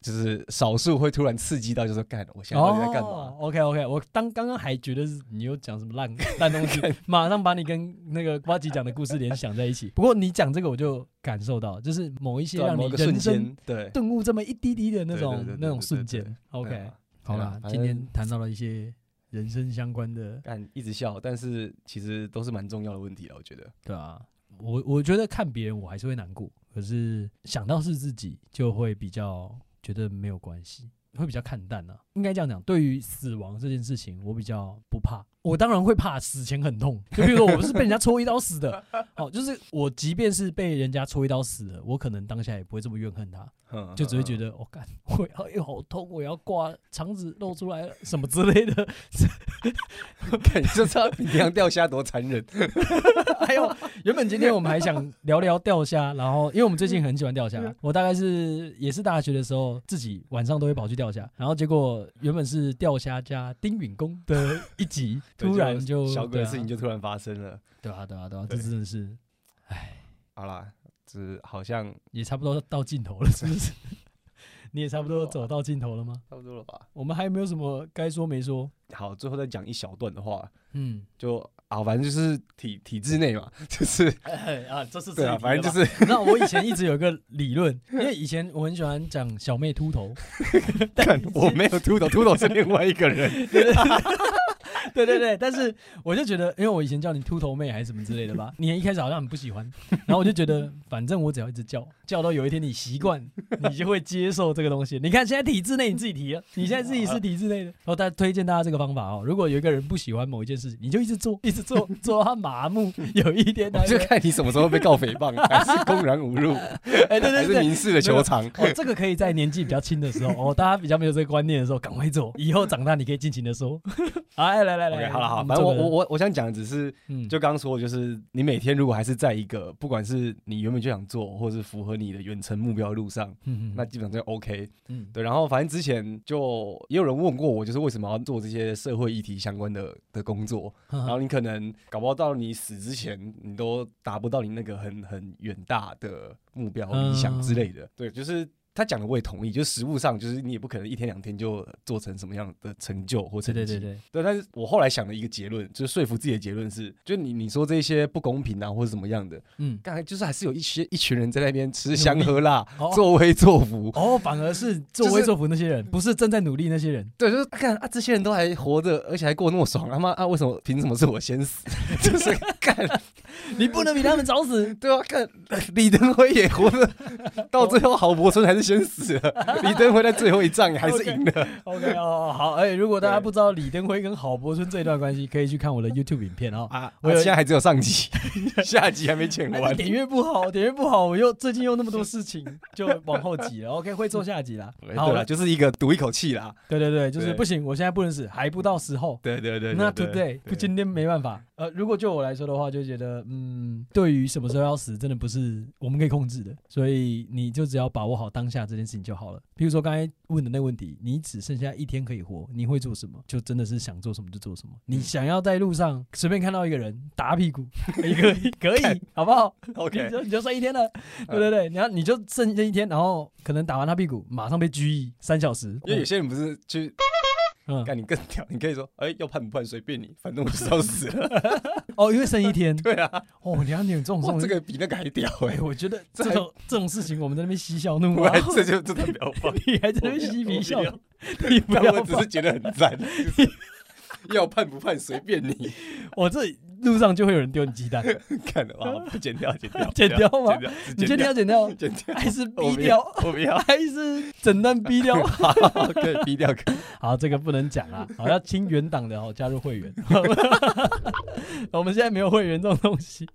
就是少数会突然刺激到，就是说干，我现在到底在干嘛？
o k OK，我哦当刚刚还觉得是你又讲什么烂 烂东西，马上把你跟那个瓜吉讲的故事联想在一 起。不过你讲这个我就感受到，就是某一些
对啊
让你
某个瞬
人生
间，对，
顿悟这么一滴滴的那种
对对对对
那种
对
瞬
对对
间。OK，好
好
啦
啦，
今
今
天
天
谈到了一些人生相关的，
干一直笑，但是其实都是蛮重要的问题了，我觉得。
对啊，我我觉得看别人我还是会难过，可是想到是自己就会比较觉得没有关系，会比较看淡啊。应该这样讲，对于死亡这件事情，我比较不怕。我当然会怕死前很痛，就比如说我不是被人家戳一刀死的，哦，就是我即便是被人家戳一刀死的，我可能当下也不会这么怨恨他，
嗯
就只会觉
嗯
得我干、我要又好痛，我要挂肠子露出来了什么之类的，
嗯干， 你就知道你平常钓虾多残忍。
还有，原本今天我们还想聊聊钓虾，然后因为我们最近很喜欢钓
嗯
虾，我大概是也是大学的时候，自己晚上都会跑去钓虾，然后结果原本是钓虾加丁允恭的一集，
对
突然
就
就
小鬼
对
的
啊
事情就突然发生了。
对啊对啊对啊，这
对
真的是
好啦，这好像
也差不多到尽头了，是不 是？你也差不多走到尽头了吗？
差不多了吧。
我们还有没有什么该说没说？
好，最后再讲一小段的话，
嗯，
就啊，反正就是体体制内嘛， 就是
啊，这是
对 啊，反正就是
那我以前一直有一个理论，因为以前我很喜欢讲小妹秃头，
干，我没有秃头，秃头是另外一个人。
对对对，但是我就觉得，因为我以前叫你秃头妹还是什么之类的 吧，你一开始好像很不喜欢，然后我就觉得，反正我只要一直叫，叫到有一天你习 惯，你就会接受这个东西。你看现在体制内你自己提了，你现在自己是体制内的，然后大家推荐大家这个方法哦，如果有一个人不喜欢某一件事情，你就一直做，一直 做，做到他麻木，有一天他
我就
会
看你什么时候被告诽谤， 还是公然侮辱，
哎， 对
还
对
是
对。
民事的球场。
哦，这个可以在年纪比较轻的时候，哦，大家比较没有这个观念的时候，赶快做。以后长大你可以尽情的 说。哎，来来
OK，
来，
好了好，
你
反正我
做
我
的
我我想讲的只是，
嗯
就刚刚说的，就是你每天如果还是在一个不管是你原本就想做，或是符合你的远程目标的路上，
嗯嗯
那基本上就 OK。
嗯
对，然后反正之前就也有人问过我，就是为什么要做这些社会议题相关的的工作，
然
然后你可能搞不好到你死之前，你都达不到你那个很很远大的目标、
嗯
理想之类的。对，就是他讲的我也同意，就是实物上，就是你也不可能一天两天就做成什么样的成就或成
对
绩。
对对对，
对，但是我后来想的一个结论，就是说服自己的结论是，就你你说这些不公平啊，或者怎么样的，
嗯，
刚才就是还是有一些一群人在那边吃香喝辣
哦，
作威作福。
哦，反而是作
就
威
是嗯
作福那些人，不是正在努力那些 人。
对，就是看啊，这些人都还活着，而且还过那么爽，他妈啊，为什么凭什么是我先死？就是干，
你不能比他们早死。
对啊，看李登辉也活着，到最后郝柏村还是先死了，李登辉在最后一仗还是赢了。
OK 哦，好，哎，如果大家
对
不知道李登辉跟郝柏村这段关系，可以去看我的 YouTube 影片哦。
啊，
我
我
有
现在还只有上集，下集还没剪
哎
完。
点阅不好， 点阅不好，我又最近又那么多事情，就往后挤了。OK，会做下集 啦。好
好
了
了，，啊就是一个赌一口气啦。
对对对，就是
对
不行，我现在不能死，还不到时候。
对对对，
那
对
today 不
对
今天没办法。呃，如果就我来说的话，就觉得嗯，对于什么时候要死，真的不是我们可以控制的，所以你就只要把握好当下这件事情就好了。比如说刚才问的那个问题，你只剩下一天可以活，你会做什么？就真的是想做什么就做什么。你想要在路上随便看到一个人打屁 股，也可以，可以，好不好？你
OK，嗯
就你就剩一天了，对对对，你要你就剩这一天，然后可能打完他屁股，马上被拘役三小时。
因为有些人不是去
嗯，
干你更屌，你可以说，哎，要判不判随便你，反正我就是要死了。
哦，因为剩一天
对啊，
哦，你要你有这种
哇，
这
这
种
个比那个还屌
哎、
哎！
我觉得
这
这
还
种这种事情，我们在那边嬉笑怒
我
骂
还，这就这段不要放，
你还在那边嬉皮笑
我不要
脸，你不
但
要
我只
放
是。觉得很赞。就是要判不判随便你，
我这路上就会有人丢你 鸡蛋，
看了 哇，不剪掉，剪掉，
剪掉吗
剪掉，是
你
剪
确定
掉
要，剪掉，
剪掉，
还是 逼
我不
掉
要，，我不要，
还是整段 逼掉？
可以逼掉，可以
好，这个不能讲啊，好要清原党的哦，加入会员。 我们现在没有会员这种东西。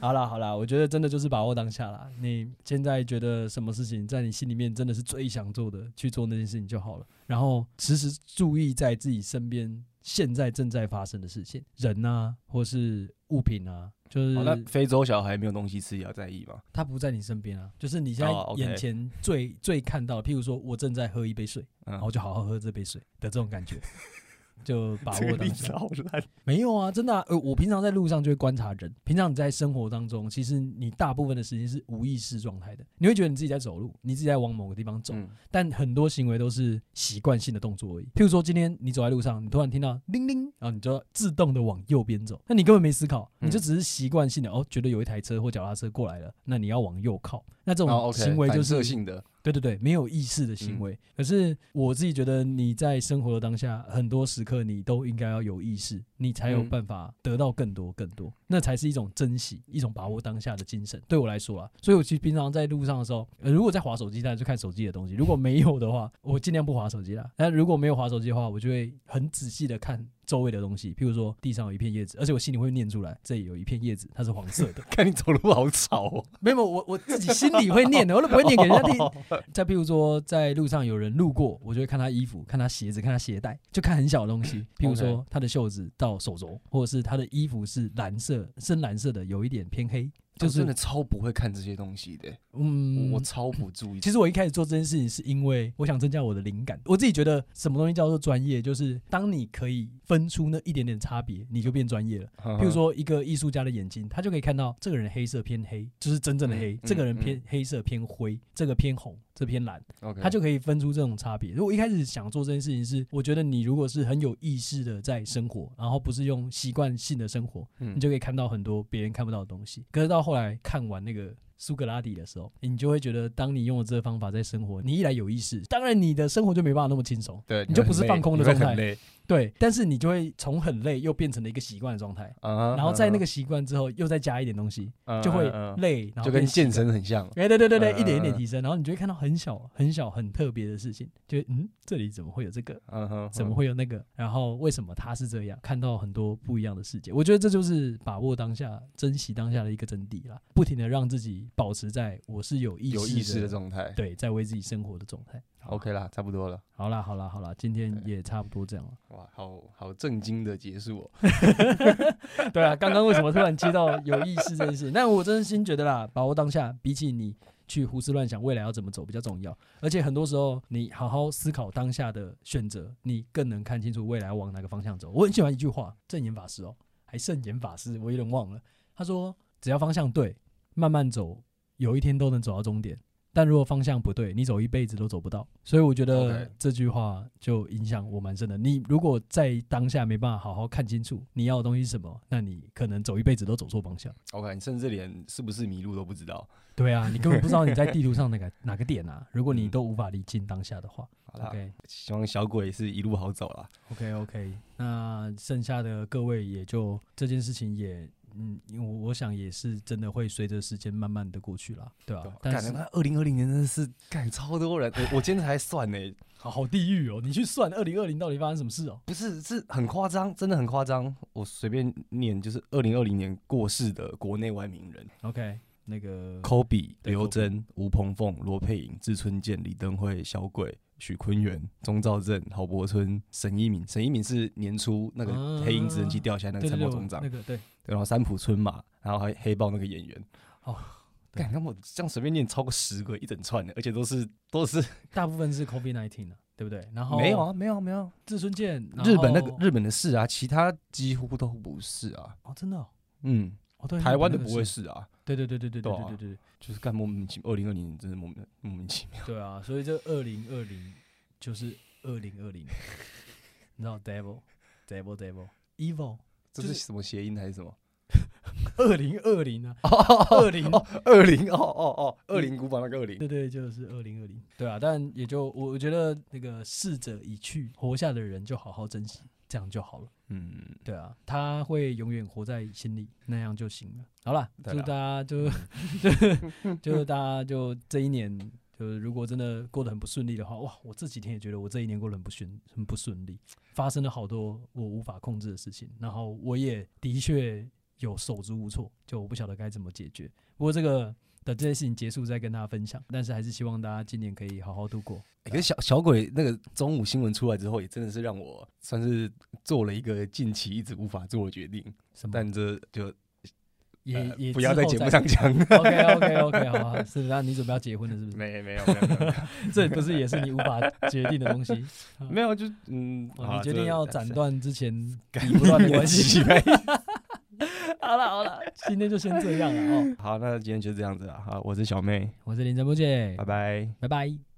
好啦好啦，我觉得真的就是把握当下啦。你现在觉得什么事情在你心里面真的是最想做的，去做那件事情就好了。然后时时注意在自己身边现在正在发生的事情，人啊，或是物品啊，就是
哦那非洲小孩没有东西吃也要在意嘛？
他不在你身边啊，就是你现在
哦，OK
眼前最、最看到的，譬如说我正在喝一杯水，
嗯
然后就好好喝这杯水的这种感觉，就把
这
握
个
当
例
下
子。好烂。
没有啊，真的、啊，呃，我平常在路上就会观察人，平常你在生活当中，其实你大部分的时间是无意识状态的，你会觉得你自己在走路，你自己在往某个地方走，
嗯
但很多行为都是习惯性的动作而已。譬如说，今天你走在路上，你突然听到铃铃，然后你就自动的往右边走，那你根本没思考，
嗯
你就只是习惯性的哦，觉得有一台车或脚踏车过来了，那你要往右靠。那这
哦
种
，OK，
行为就
反
是、
射性的，
对对对，没有意识的行为。可是我自己觉得，你在生活的当下，很多时刻你都应该要有意识，你才有
嗯
办法得到更多更多。那才是一种珍惜，一种把握当下的精神。对我来说啊，所以我其实平常在路上的时候，呃、如果在划手机，当然就看手机的东西；如果没有的话，我尽量不划手机啦。但如果没有划手机的话，我就会很仔细的看。周围的东西，譬如说地上有一片叶子，而且我心里会念出来，这里有一片叶子，它是黄色的。
看你走路好吵哦。
没有，我我自己心里会念 的，我都不会念给人家听。再譬如说，在路上有人路过，我就会看他衣服、看他鞋子、看他鞋带，就看很小的东 西，譬如说
OK
他的袖子到手肘，或者是他的衣服是蓝色、深蓝色的，有一点偏黑， 就
就是哦真的超不会看这些东西的，
嗯，
我我超不注意。
其实我一开始做这件事情，是因为我想增加我的灵感。我自己觉得什么东西叫做专业，就是当你可以分出那一点点差别，你就变专业了。 譬
譬
如， 说一个艺术家的眼睛，他就可以看到这个人黑色偏黑，就是真正的黑；
嗯
这个人
嗯
偏黑色偏灰，这个偏红，这偏蓝。
OK
他就可以分出这种差别。如果一开始想做这件事情是，我觉得你如果是很有意识的在生活，然后不是用习惯性的生活，
嗯
你就可以看到很多别人看不到的东西。可是到后来看完那个。苏格拉底的时候，你就会觉得，当你用了这个方法在生活，你一来有意识，当然你的生活就没办法那么轻松，
对，
你就
会
不是
很累
放空的
你会
状态
很累
对，但是你就会从很累又变成了一个习惯的状态，
啊
然后在那
个
个习惯之后又再加一点东西，
嗯
就会
会
累，然后
就跟
变习惯
健身很像。
哎、对对对对，
嗯
一点一点
嗯嗯
提升，然后你就会看到很小、很小、很特别的事情，就会嗯，这里怎么会有这个？
嗯哼，
怎么会有那个？然后为什么他是这样？看到很多不一样的世界，我觉得这就是把握当下、珍惜当下的一个真谛啦。不停的让自己保持在我是有意识
有意识的
状
状态
对，在为自己生活的状态。
？OK 啦，差不多了。
好啦，好啦，好啦，今天
对
也差不多这样了。
哇，好好震惊的结束哦。
对啊，刚刚为什么突然接到有意识这件事？ 但我真心觉得啦，把握当下，比起你去胡思乱想未来要怎么走比较重要。而且很多时候，你好好思考当下的选择，你更能看清楚未来往哪个方向走。我很喜欢一句话，正言法师哦，还圣言法师，我有点忘了。他说，只要方向对，慢慢走，有一天都能走到终点。但如果方向不对，你走一辈子都走不到。所以我觉得
OK
这句话就影响我蛮深的。你如果在当下没办法好好看清楚你要的东西是什么，那你可能走一辈子都走错方向。
OK，你甚至连是不是迷路都不知道。
对啊，你根本不知道你在地图上哪个哪个点 啊。如果你都无法理清当下的话
嗯好啦，
，OK
希望小鬼是一路好走啦。
OK OK，那剩下的各位也就这件事情也。嗯，因为我我想也是真的会随着时间慢慢的过去啦，对吧、
对吧
但
干
是
他妈，二零二零年真的是干超多人，我我今天才算呢，
好好地狱哦，你去算二零二零到底发生什么事哦？
不是是很夸张，真的很夸张。我随便念，就是二零二零年过世的国内外名人
OK，那个
科比、
嗯对
刘真、吴鹏凤、罗佩颖、志村健、李登辉、小鬼、许坤元、钟兆正、郝柏村、沈一鸣。沈一鸣是年初那个
啊
黑鹰直升机掉下来那个
对对
参
对，
谋
我
总长，
那个对，
对然后三浦春马，然后还有黑豹那个演员。
哦
哦，干，那我这样随便念超过十个一整串的，而且都是都是
大部分是 COVID 1 9的，对不对？然后
没有啊，没有啊没有啊，
志村健，然
日本那个
后
日本的是啊，其他几乎都不是啊。
哦，真的哦，
嗯，
哦对，
台湾的
日本那
不
个
会
是，
是啊，
对对对对对对
对
对
啊
对对
就是干莫名其妙，二零二零真的莫名莫名其妙。
对，对啊，所以这二零二零就是二零二零，你知道 Devil Devil Devil Evil
这
就是
是什么谐音还是什么？
二零二零啊，二零
二零哦哦哦，二零古堡那个二零。
对对，就是二零二零，对啊，但也就我我觉得那个逝者已去，活下的人就好好珍惜，这样就好了。
嗯，
对啊，他会永远活在心里，那样就行了。好啦，
对
祝
啦嗯
大家就 就就大家就这一年，就是如果真的过得很不顺利的话，哇，我这几天也觉得我这一年过得很不顺，很不顺利，发生了好多我无法控制的事情，然后我也的确有手足无措，就我不晓得该怎么解决。不过这个等这些事情结束再跟大家分享，但是还是希望大家今年可以好好度过。
欸可是小小鬼那个中午新闻出来之后，也真的是让我算是做了一个近期一直无法做的决定，
什么？
但这就
也、
呃
也
不要在
在
节目上。讲。
OK OK OK，好好，是那你准备要结婚了是不是？
没没有没有没有
这不是也是你无法决定的东西？
没有，就嗯，
哦、
好
你决
这
定要斩
是
断之前理不断的关 系。
你的鸡呗
好了好了，今天就先这样了哦。
好，那今天就这样子了。好，我是小妹，
我是林晨波姐
拜，拜。
拜拜。